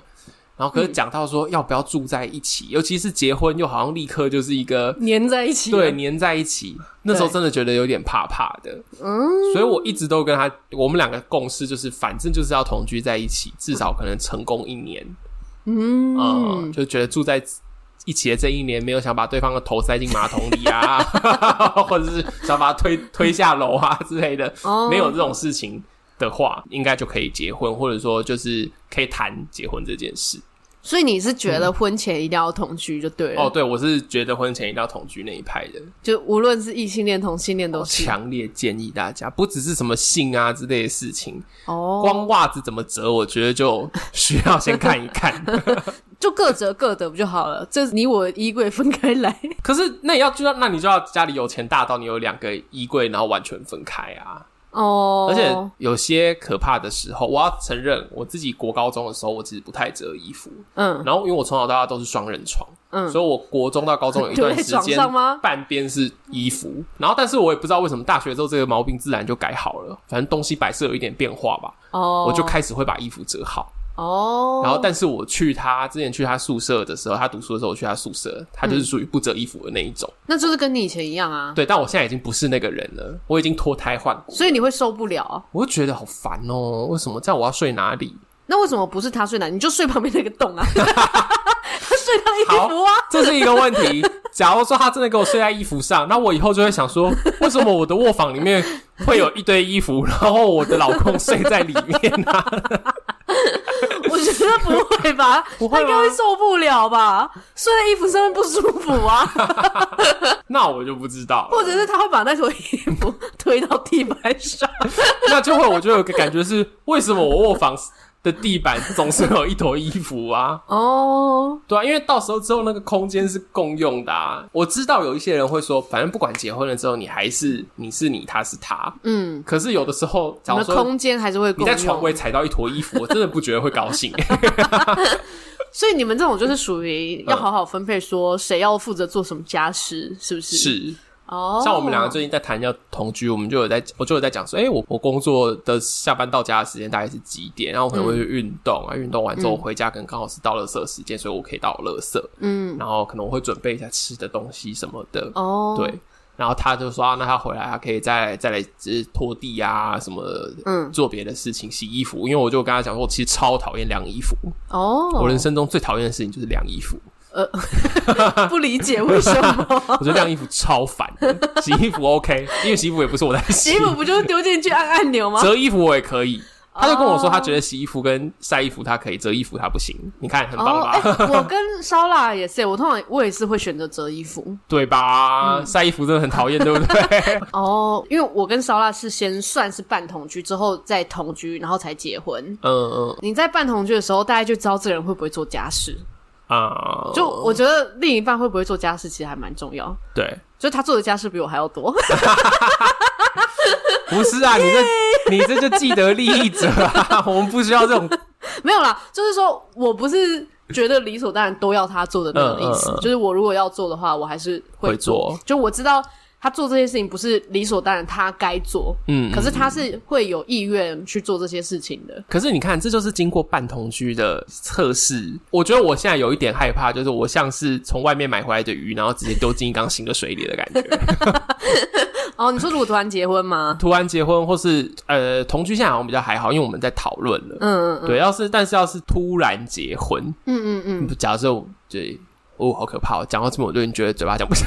[SPEAKER 1] 然后可是讲到说要不要住在一起，尤其是结婚，又好像立刻就是一个
[SPEAKER 2] 粘在一起，
[SPEAKER 1] 对，黏在一起，那时候真的觉得有点怕怕的。嗯，所以我一直都跟他，我们两个共识就是，反正就是要同居在一起，至少可能成功一年。嗯，就觉得住在一起的这一年，没有想把对方的头塞进马桶里 啊，或者是想把他推推下楼啊之类的，
[SPEAKER 2] 哦
[SPEAKER 1] 没有这种事情。的话，应该就可以结婚，或者说就是可以谈结婚这件事。
[SPEAKER 2] 所以你是觉得婚前一定要同居就对了，
[SPEAKER 1] 哦，对，我是觉得婚前一定要同居那一派的。
[SPEAKER 2] 就无论是异性恋、同性恋都是，
[SPEAKER 1] 强烈建议大家，不只是什么性啊之类的事情，
[SPEAKER 2] 哦，
[SPEAKER 1] 光袜子怎么折，我觉得就需要先看一看。
[SPEAKER 2] 就各折各的不就好了？这你我衣柜分开 来，
[SPEAKER 1] 可是那也要就要，那你就要家里有钱大到你有两个衣柜，然后完全分开啊。
[SPEAKER 2] 哦，
[SPEAKER 1] 而且有些可怕的时候，我要承认，我自己国高中的时候，我其实不太折衣服。
[SPEAKER 2] 嗯，
[SPEAKER 1] 然后因为我从小到大都是双人床，
[SPEAKER 2] 嗯
[SPEAKER 1] 所以我国中到高中有一段时
[SPEAKER 2] 丢在
[SPEAKER 1] 间
[SPEAKER 2] 床上吗
[SPEAKER 1] 半边是衣服，然后但是我也不知道为什么大学之后这个毛病自然就改好了，反正东西摆设有一点变化吧。
[SPEAKER 2] 哦，
[SPEAKER 1] 我就开始会把衣服折好，
[SPEAKER 2] 哦，
[SPEAKER 1] 然后，但是我去他之前去他宿舍的时候，他读书的时候，我去他宿舍，他
[SPEAKER 2] 嗯
[SPEAKER 1] 就是属于不折衣服的那一种。
[SPEAKER 2] 那就是跟你以前一样啊，
[SPEAKER 1] 对，但我现在已经不是那个人了，我已经脱胎换骨，
[SPEAKER 2] 所以你会受不了啊。
[SPEAKER 1] 我就觉得好烦哦、为什么这样？我要睡哪里？
[SPEAKER 2] 那为什么不是他睡男？你就睡旁边那个 洞啊，他睡他的衣服啊。
[SPEAKER 1] 这是一个问题。假如说他真的给我睡在衣服上，那我以后就会想说，为什么我的卧房里面会有一堆衣服，然后我的老公睡在里面呢、
[SPEAKER 2] 我觉得不会吧，
[SPEAKER 1] 不会
[SPEAKER 2] 他
[SPEAKER 1] 吗
[SPEAKER 2] 应该会受不了吧？睡在衣服上面不舒服 啊，
[SPEAKER 1] 那我就不知道了
[SPEAKER 2] 或者是他会把那坨衣服推到地板上。
[SPEAKER 1] 那就会我就有个感觉是，为什么我卧房的地板总是有一坨衣服啊？
[SPEAKER 2] 哦，
[SPEAKER 1] 对啊，因为到时候之后那个空间是共用的啊。我知道有一些人会说，反正不管结婚了之后，你还是你是你，他是他。
[SPEAKER 2] 嗯，
[SPEAKER 1] 可是有的时候，
[SPEAKER 2] 我
[SPEAKER 1] 假如
[SPEAKER 2] 们
[SPEAKER 1] 说
[SPEAKER 2] 空间还是会
[SPEAKER 1] 你
[SPEAKER 2] 共
[SPEAKER 1] 在床
[SPEAKER 2] 用，
[SPEAKER 1] 尾踩到一坨衣服，我真的不觉得会高 兴。
[SPEAKER 2] 所以你们这种就是属
[SPEAKER 1] 嗯
[SPEAKER 2] 于要好好分配，说谁要负责做什么家事，是不是？
[SPEAKER 1] 是，
[SPEAKER 2] 哦，
[SPEAKER 1] 像我们两个最近在谈要同居，我们就有在，我就有在讲说，哎、我我工作的下班到家的时间大概是几点？然后我可能会
[SPEAKER 2] 嗯
[SPEAKER 1] 去运动啊，运动完之后回家可能刚好是到垃圾时间，所以我可以到垃圾。嗯，然后可能我会准备一下吃的东西什么的。
[SPEAKER 2] 哦，
[SPEAKER 1] 对，然后他就说啊，那他回来他可以再再来就是拖地啊什么的，
[SPEAKER 2] 嗯
[SPEAKER 1] 做别的事情，洗衣服。因为我就跟他讲说，我其实超讨厌晾衣服，
[SPEAKER 2] 哦，
[SPEAKER 1] 我人生中最讨厌的事情就是晾衣服。
[SPEAKER 2] 不理解为什 么
[SPEAKER 1] 我觉得晾衣服超烦的， 洗衣服 OK，因为洗衣服也不是我在洗
[SPEAKER 2] 洗衣服不就是丢进去按按钮吗？
[SPEAKER 1] 折衣服我也可以。
[SPEAKER 2] 哦
[SPEAKER 1] 他就跟我说，他觉得洗衣服跟晒衣服他可以，折衣服他不行。你看，很棒
[SPEAKER 2] 哦，
[SPEAKER 1] 吧？
[SPEAKER 2] 哎我跟烧腊也是，我通常我也是会选择折衣 服
[SPEAKER 1] 对
[SPEAKER 2] 嗯
[SPEAKER 1] 吧？晒衣服真的很讨厌，对不 对？
[SPEAKER 2] 哦，因为我跟烧腊是先算是半同居，之后再同居，然后才结婚。
[SPEAKER 1] 嗯嗯
[SPEAKER 2] 你在半同居的时候，大家就知道这个人会不会做家事。
[SPEAKER 1] 啊，
[SPEAKER 2] 就我觉得另一半会不会做家事，其实还蛮重要。
[SPEAKER 1] 对，
[SPEAKER 2] 就他做的家事比我还要多，
[SPEAKER 1] 不是啊，你 这你这就既得利益者啊，我们不需要这种
[SPEAKER 2] 没有啦，就是说我不是觉得理所当然都要他做的那种意思。
[SPEAKER 1] 嗯嗯嗯
[SPEAKER 2] 就是我如果要做的话，我还是会
[SPEAKER 1] 会做。
[SPEAKER 2] 就我知道他做这些事情不是理所当然，他该做，
[SPEAKER 1] 嗯。
[SPEAKER 2] 可是他是会有意愿去做这些事情的。
[SPEAKER 1] 可是你看，这就是经过半同居的测试。我觉得我现在有一点害怕，就是我像是从外面买回来的鱼，然后直接丢进一缸新的水里的感觉。
[SPEAKER 2] 哦，你说如果突然结婚吗？
[SPEAKER 1] 突然结婚，或是呃同居，现在好像比较还好，因为我们在讨论了。
[SPEAKER 2] 嗯嗯
[SPEAKER 1] 对，要是但是要是突然结婚，
[SPEAKER 2] 嗯嗯嗯，
[SPEAKER 1] 假设我对哦好可怕、哦，讲到这边我就已经觉得嘴巴讲不下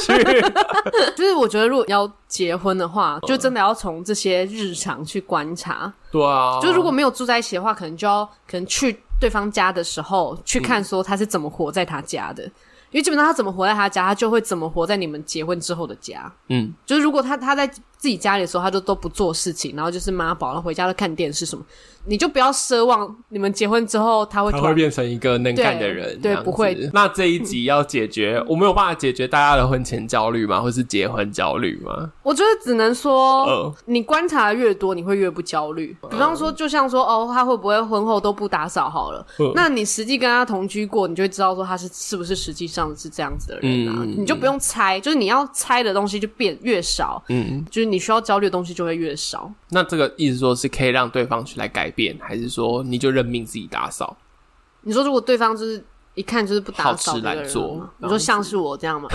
[SPEAKER 1] 去。
[SPEAKER 2] 就是我觉得如果要结婚的话，就真的要从这些日常去观察。
[SPEAKER 1] 对啊，
[SPEAKER 2] 就如果没有住在一起的话，可能就要可能去对方家的时候去看说他是怎么活在他家的，因为基本上他怎么活在他家，他就会怎么活在你们结婚之后的家。
[SPEAKER 1] 嗯
[SPEAKER 2] 就是如果他他在自己家里的时候，他就都不做事情，然后就是妈宝，然后回家都看电视什么，你就不要奢望你们结婚之后他会
[SPEAKER 1] 他
[SPEAKER 2] 突
[SPEAKER 1] 会
[SPEAKER 2] 然
[SPEAKER 1] 变成一个能干的人，
[SPEAKER 2] 对
[SPEAKER 1] 这样子
[SPEAKER 2] 不会。
[SPEAKER 1] 那这一集要解决，我没有办法解决大家的婚前焦虑吗？或是结婚焦虑吗？
[SPEAKER 2] 我觉得只能说，
[SPEAKER 1] 嗯
[SPEAKER 2] 你观察得越多，你会越不焦虑。
[SPEAKER 1] 呃
[SPEAKER 2] 比方说，就像说，哦，他会不会婚后都不打扫好了？
[SPEAKER 1] 嗯
[SPEAKER 2] 那你实际跟他同居过，你就会知道说他是是不是实际上是这样子的人啊？
[SPEAKER 1] 嗯
[SPEAKER 2] 你就不用猜，就是你要猜的东西就变越少，
[SPEAKER 1] 嗯，
[SPEAKER 2] 就是你需要焦虑的东西就会越少。
[SPEAKER 1] 那这个意思说是可以让对方去来改变，还是说你就认命自己打扫？
[SPEAKER 2] 你说，如果对方就是一看就是不打扫的
[SPEAKER 1] 好吃
[SPEAKER 2] 一个
[SPEAKER 1] 懒
[SPEAKER 2] 人吗，
[SPEAKER 1] 做这样子
[SPEAKER 2] 你说像是我这样吗？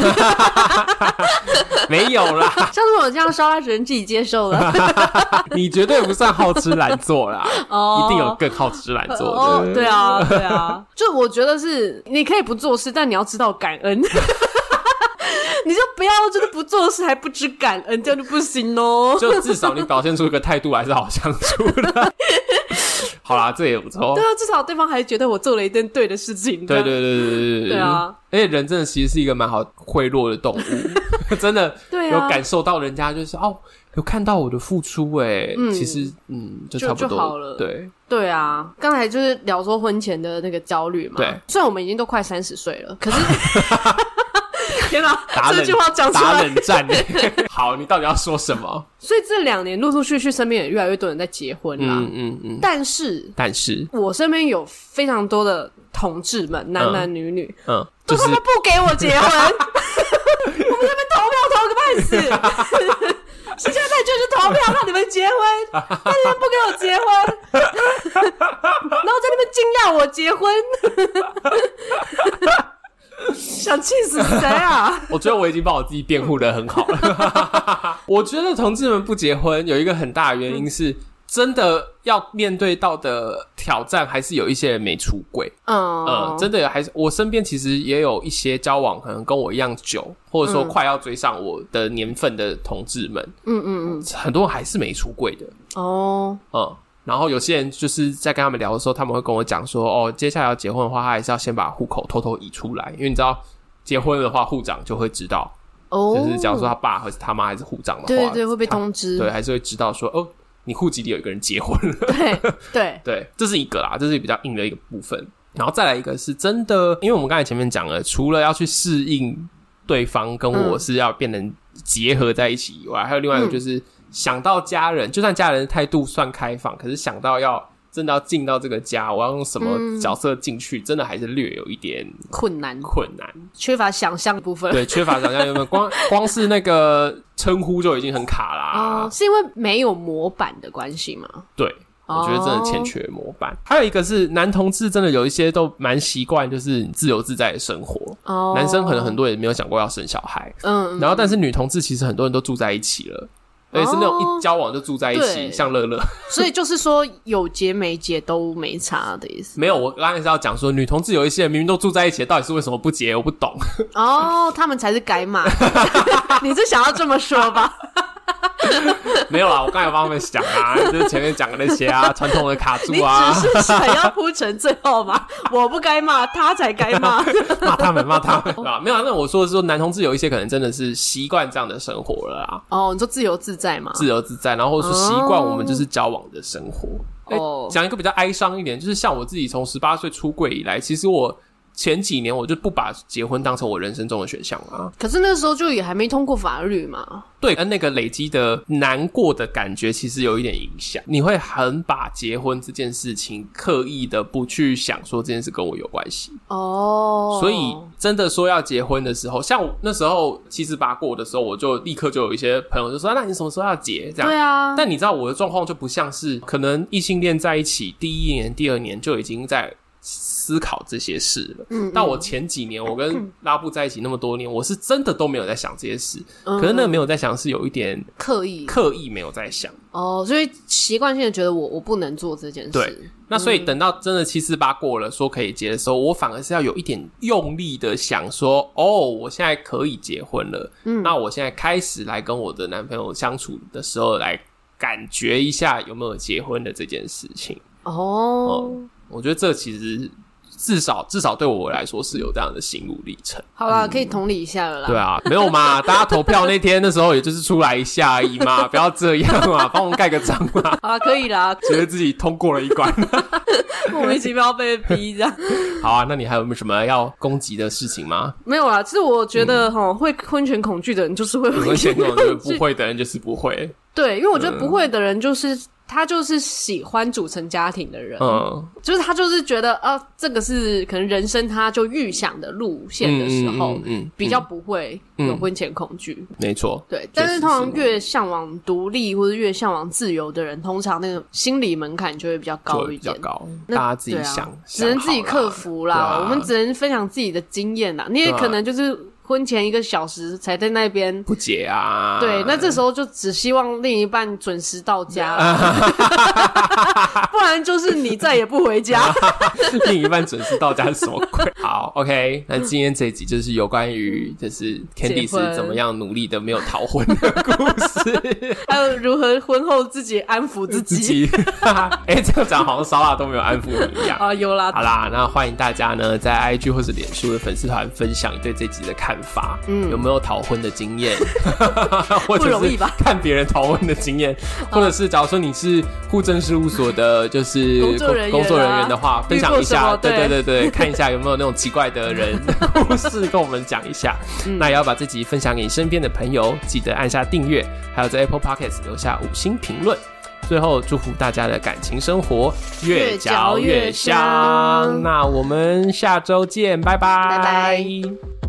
[SPEAKER 1] 没有啦，
[SPEAKER 2] 像是我这样烧，他只能自己接受了。
[SPEAKER 1] 你绝对不算好吃懒做啦，
[SPEAKER 2] 哦
[SPEAKER 1] 一定有更好吃懒做的。
[SPEAKER 2] 哦，对啊，对啊，就我觉得是你可以不做事，但你要知道感恩。 你就不要就是不做事还不知感恩，这样就不行哦。
[SPEAKER 1] 就至少你表现出一个态度来是好相处的。 好啦，这也不错
[SPEAKER 2] 对。啊，至少对方还觉得我做了一件对的事情。
[SPEAKER 1] 对对对对对对
[SPEAKER 2] 对啊！
[SPEAKER 1] 而且人真的其实是一个蛮好贿赂的动物， 真的
[SPEAKER 2] 对
[SPEAKER 1] 有
[SPEAKER 2] 啊，
[SPEAKER 1] 感受到人家就是哦，有看到我的付出哎，
[SPEAKER 2] 嗯
[SPEAKER 1] 其实嗯就
[SPEAKER 2] 就
[SPEAKER 1] 差不多
[SPEAKER 2] 就好了
[SPEAKER 1] 对，
[SPEAKER 2] 对啊。刚才就是聊说婚前的那个焦虑嘛。
[SPEAKER 1] 对，
[SPEAKER 2] 虽然我们已经都快三十岁了，可是 天哪、
[SPEAKER 1] 打冷
[SPEAKER 2] 这句话讲出
[SPEAKER 1] 打
[SPEAKER 2] 来
[SPEAKER 1] 冷，战。欸 好，你到底要说什么？
[SPEAKER 2] 所以这两年陆陆续续身边也越来越多人在结婚啦。
[SPEAKER 1] 嗯嗯嗯。
[SPEAKER 2] 但是
[SPEAKER 1] 但是
[SPEAKER 2] 我身边有非常多的同志们，男男女女，
[SPEAKER 1] 嗯，
[SPEAKER 2] 都
[SPEAKER 1] 就是
[SPEAKER 2] 他 们不给我结婚， 我们这边投票投个半死，是现在就是 投票让你们结婚，但是他们不给我结婚，然后在那边结婚， 想气死谁 啊？
[SPEAKER 1] 我觉得我已经把我自己辩护的很好了。我觉得同志们不结婚有一个很大的原因是，真的要面对到的挑战，还是有一些人没出轨。呃，
[SPEAKER 2] 嗯，
[SPEAKER 1] 真的还是我身边其实也有一些交往可能跟我一样久，或者说快要追上我的年份的同志们，
[SPEAKER 2] 嗯嗯嗯，
[SPEAKER 1] 很多人还是没出柜的。
[SPEAKER 2] 哦，
[SPEAKER 1] 嗯，然后有些人就是在跟他们聊的时候，他们会跟我讲说，哦，接下来要结婚的话，他还是要先把户口偷偷移出来，因为你知道。结婚的话，户长就会知道，
[SPEAKER 2] 哦，
[SPEAKER 1] 就是假如说他爸还是他妈还是户长的话，
[SPEAKER 2] 对对对，会被
[SPEAKER 1] 他
[SPEAKER 2] 通知，
[SPEAKER 1] 对，还是会知道说，哦，你户籍里有一个人结婚了，
[SPEAKER 2] 对对，
[SPEAKER 1] 对，这是一个啦，这是比较硬的一个部分。然后再来一个是真的，因为我们刚才前面讲了，除了要去适应对方跟我
[SPEAKER 2] 嗯
[SPEAKER 1] 是要变成结合在一起以外，还有另外一个就是想到家人，就算家人的态度算开放，可是想到要真的要进到这个家，我要用什么
[SPEAKER 2] 嗯
[SPEAKER 1] 角色进去，真的还是略有一点
[SPEAKER 2] 困难，
[SPEAKER 1] 困难。
[SPEAKER 2] 缺乏想象的部分。
[SPEAKER 1] 对，缺乏想象，有没有？ 光光是那个称呼就已经很卡啦。
[SPEAKER 2] 哦，是因为没有模板的关系吗？
[SPEAKER 1] 对，我觉得
[SPEAKER 2] 哦
[SPEAKER 1] 真的欠缺模板。还有一个是男同志，真的有一些都蛮习惯，就是自由自在的生活。
[SPEAKER 2] 哦，
[SPEAKER 1] 男生可能很多人没有想过要生小孩，
[SPEAKER 2] 嗯，
[SPEAKER 1] 然后但是女同志其实很多人都住在一起了，而且是那种一交往就住在一起，
[SPEAKER 2] 哦对
[SPEAKER 1] 像乐乐
[SPEAKER 2] 所以就是说有结没结都没差的意思。
[SPEAKER 1] 没有。我刚才是要讲说，女同志有一些人明明都住在一起，到底是为什么不结？我不懂。
[SPEAKER 2] 哦，他们才是改码， 你是想要这么说 吧？
[SPEAKER 1] 没有啦，我刚才有帮他们想啊，就是前面讲的那 些啊，传统的卡
[SPEAKER 2] 你
[SPEAKER 1] 住啊，
[SPEAKER 2] 只是想要铺成最后吗？我不该骂，他才该 骂。
[SPEAKER 1] 骂他们，骂他们， 对吧？没有啊，那我说的是说，男同志有一些可能真的是习惯这样的生活了啊啦。
[SPEAKER 2] 哦，你说自由自在嘛？
[SPEAKER 1] 自由自在，然后说习惯我们就是交往的生活。哎
[SPEAKER 2] 哦
[SPEAKER 1] 讲一个比较哀伤一点，就是像我自己从十八岁出柜以来，其实我前几年我就不把结婚当成我人生中的选项啊。
[SPEAKER 2] 可是那时候就也还没通过法律嘛。
[SPEAKER 1] 对，跟那个累积的难过的感觉其实有一点影响。你会很把结婚这件事情刻意的不去想说这件事跟我有关系，
[SPEAKER 2] 哦，
[SPEAKER 1] 所以真的说要结婚的时候，像我那时候七十八过的时候，我就立刻就有一些朋友就说：“那你什么时候要结？”这样
[SPEAKER 2] 对啊，
[SPEAKER 1] 但你知道我的状况就不像是可能异性恋在一起第一年、第二年就已经在思考这些事了。
[SPEAKER 2] 嗯
[SPEAKER 1] 但我前几年我跟拉布在一起那么多年，我是真的都没有在想这些事。
[SPEAKER 2] 嗯
[SPEAKER 1] 可是那个没有在想是有一点
[SPEAKER 2] 刻意
[SPEAKER 1] 刻意没有在想。
[SPEAKER 2] 哦，所以习惯性的觉得我我不能做这件事。
[SPEAKER 1] 对那
[SPEAKER 2] 嗯
[SPEAKER 1] 所以等到真的七四八过了，说可以结的时候，我反而是要有一点用力的想说，哦，我现在可以结婚了，
[SPEAKER 2] 嗯
[SPEAKER 1] 那我现在开始来跟我的男朋友相处的时候，来感觉一下有没有结婚的这件事情。
[SPEAKER 2] 哦，
[SPEAKER 1] 我觉得这其实至少至少对我来说是有这样的心路历程。
[SPEAKER 2] 好啦，可以同理一下了啦。
[SPEAKER 1] 嗯对啊，没有嘛，大家投票那天那时候也就是出来一下而已嘛，不要这样嘛，帮我们盖个章嘛，
[SPEAKER 2] 好啦，可以啦，
[SPEAKER 1] 觉得自己通过了一关。
[SPEAKER 2] 莫名其妙被逼这样。
[SPEAKER 1] 好啊，那你还有没有什么要攻击的事情吗？
[SPEAKER 2] 没有啦，其实我觉
[SPEAKER 1] 嗯
[SPEAKER 2] 得哈、会婚前恐惧的人就是会
[SPEAKER 1] 我跟
[SPEAKER 2] 婚
[SPEAKER 1] 贤
[SPEAKER 2] 前
[SPEAKER 1] 总
[SPEAKER 2] 恐
[SPEAKER 1] 觉得
[SPEAKER 2] 惧
[SPEAKER 1] 不，会的嗯人就是不会，
[SPEAKER 2] 对，因为我觉得不会的人就是。他就是喜欢组成家庭的人，
[SPEAKER 1] 嗯
[SPEAKER 2] 就是他就是觉得啊，这个是可能人生他就预想的路线
[SPEAKER 1] 嗯
[SPEAKER 2] 的时候，
[SPEAKER 1] 嗯嗯嗯
[SPEAKER 2] 比较不会有婚前恐惧。
[SPEAKER 1] 没错，
[SPEAKER 2] 对，
[SPEAKER 1] 确实
[SPEAKER 2] 但是通常
[SPEAKER 1] 是
[SPEAKER 2] 越向往独立或者越向往自由的人，通常那个心理门槛就会比较
[SPEAKER 1] 就
[SPEAKER 2] 高
[SPEAKER 1] 会
[SPEAKER 2] 一
[SPEAKER 1] 比较
[SPEAKER 2] 点。
[SPEAKER 1] 高，大
[SPEAKER 2] 那
[SPEAKER 1] 家自己
[SPEAKER 2] 对
[SPEAKER 1] 想
[SPEAKER 2] 啊，，只能
[SPEAKER 1] 想好
[SPEAKER 2] 自己
[SPEAKER 1] 啦
[SPEAKER 2] 克服啦。
[SPEAKER 1] 对啊
[SPEAKER 2] 我们只能分享自己的经验啦。你也
[SPEAKER 1] 对啊
[SPEAKER 2] 可能就是婚前一个小时才在那边，
[SPEAKER 1] 不解啊。
[SPEAKER 2] 对，那这时候就只希望另一半准时到家
[SPEAKER 1] 哎
[SPEAKER 2] 啦， 不然就是你再也不回家。
[SPEAKER 1] 另一半准时到家是什么鬼？好，OK，那今天这一集就是有关于就是 Candy
[SPEAKER 2] 婚
[SPEAKER 1] 是怎么样努力的没有逃婚的故事，
[SPEAKER 2] 还有如何婚后自己安抚自
[SPEAKER 1] 自
[SPEAKER 2] 己
[SPEAKER 1] 己 哎、这样讲好像烧腊都没有安抚你一样。
[SPEAKER 2] 啊，有啦
[SPEAKER 1] 好，啦，那欢迎大家呢在 IG 或是脸书的粉丝团分享你对这集的看法，嗯，有没有逃婚的经 验，或者
[SPEAKER 2] 不容
[SPEAKER 1] 是
[SPEAKER 2] 易吧
[SPEAKER 1] 看别人逃婚的经 验，或者是假如说你是户政事务所的，就是
[SPEAKER 2] 工作人员啊
[SPEAKER 1] 工作人员的话，分享一
[SPEAKER 2] 遇过什
[SPEAKER 1] 下，
[SPEAKER 2] 么
[SPEAKER 1] 对对
[SPEAKER 2] 对
[SPEAKER 1] 对对，看一下有没有那种奇怪 的人故事跟我们讲一下。那也要把这集分享给你身边的朋友，记得按下订阅，还有在 Apple Podcast 留下五星评论。最后，祝福大家的感情生活越
[SPEAKER 2] 越
[SPEAKER 1] 嚼
[SPEAKER 2] 嚼
[SPEAKER 1] 越
[SPEAKER 2] 越
[SPEAKER 1] 香。
[SPEAKER 2] 香
[SPEAKER 1] 那我们下周见，拜拜，
[SPEAKER 2] 拜拜。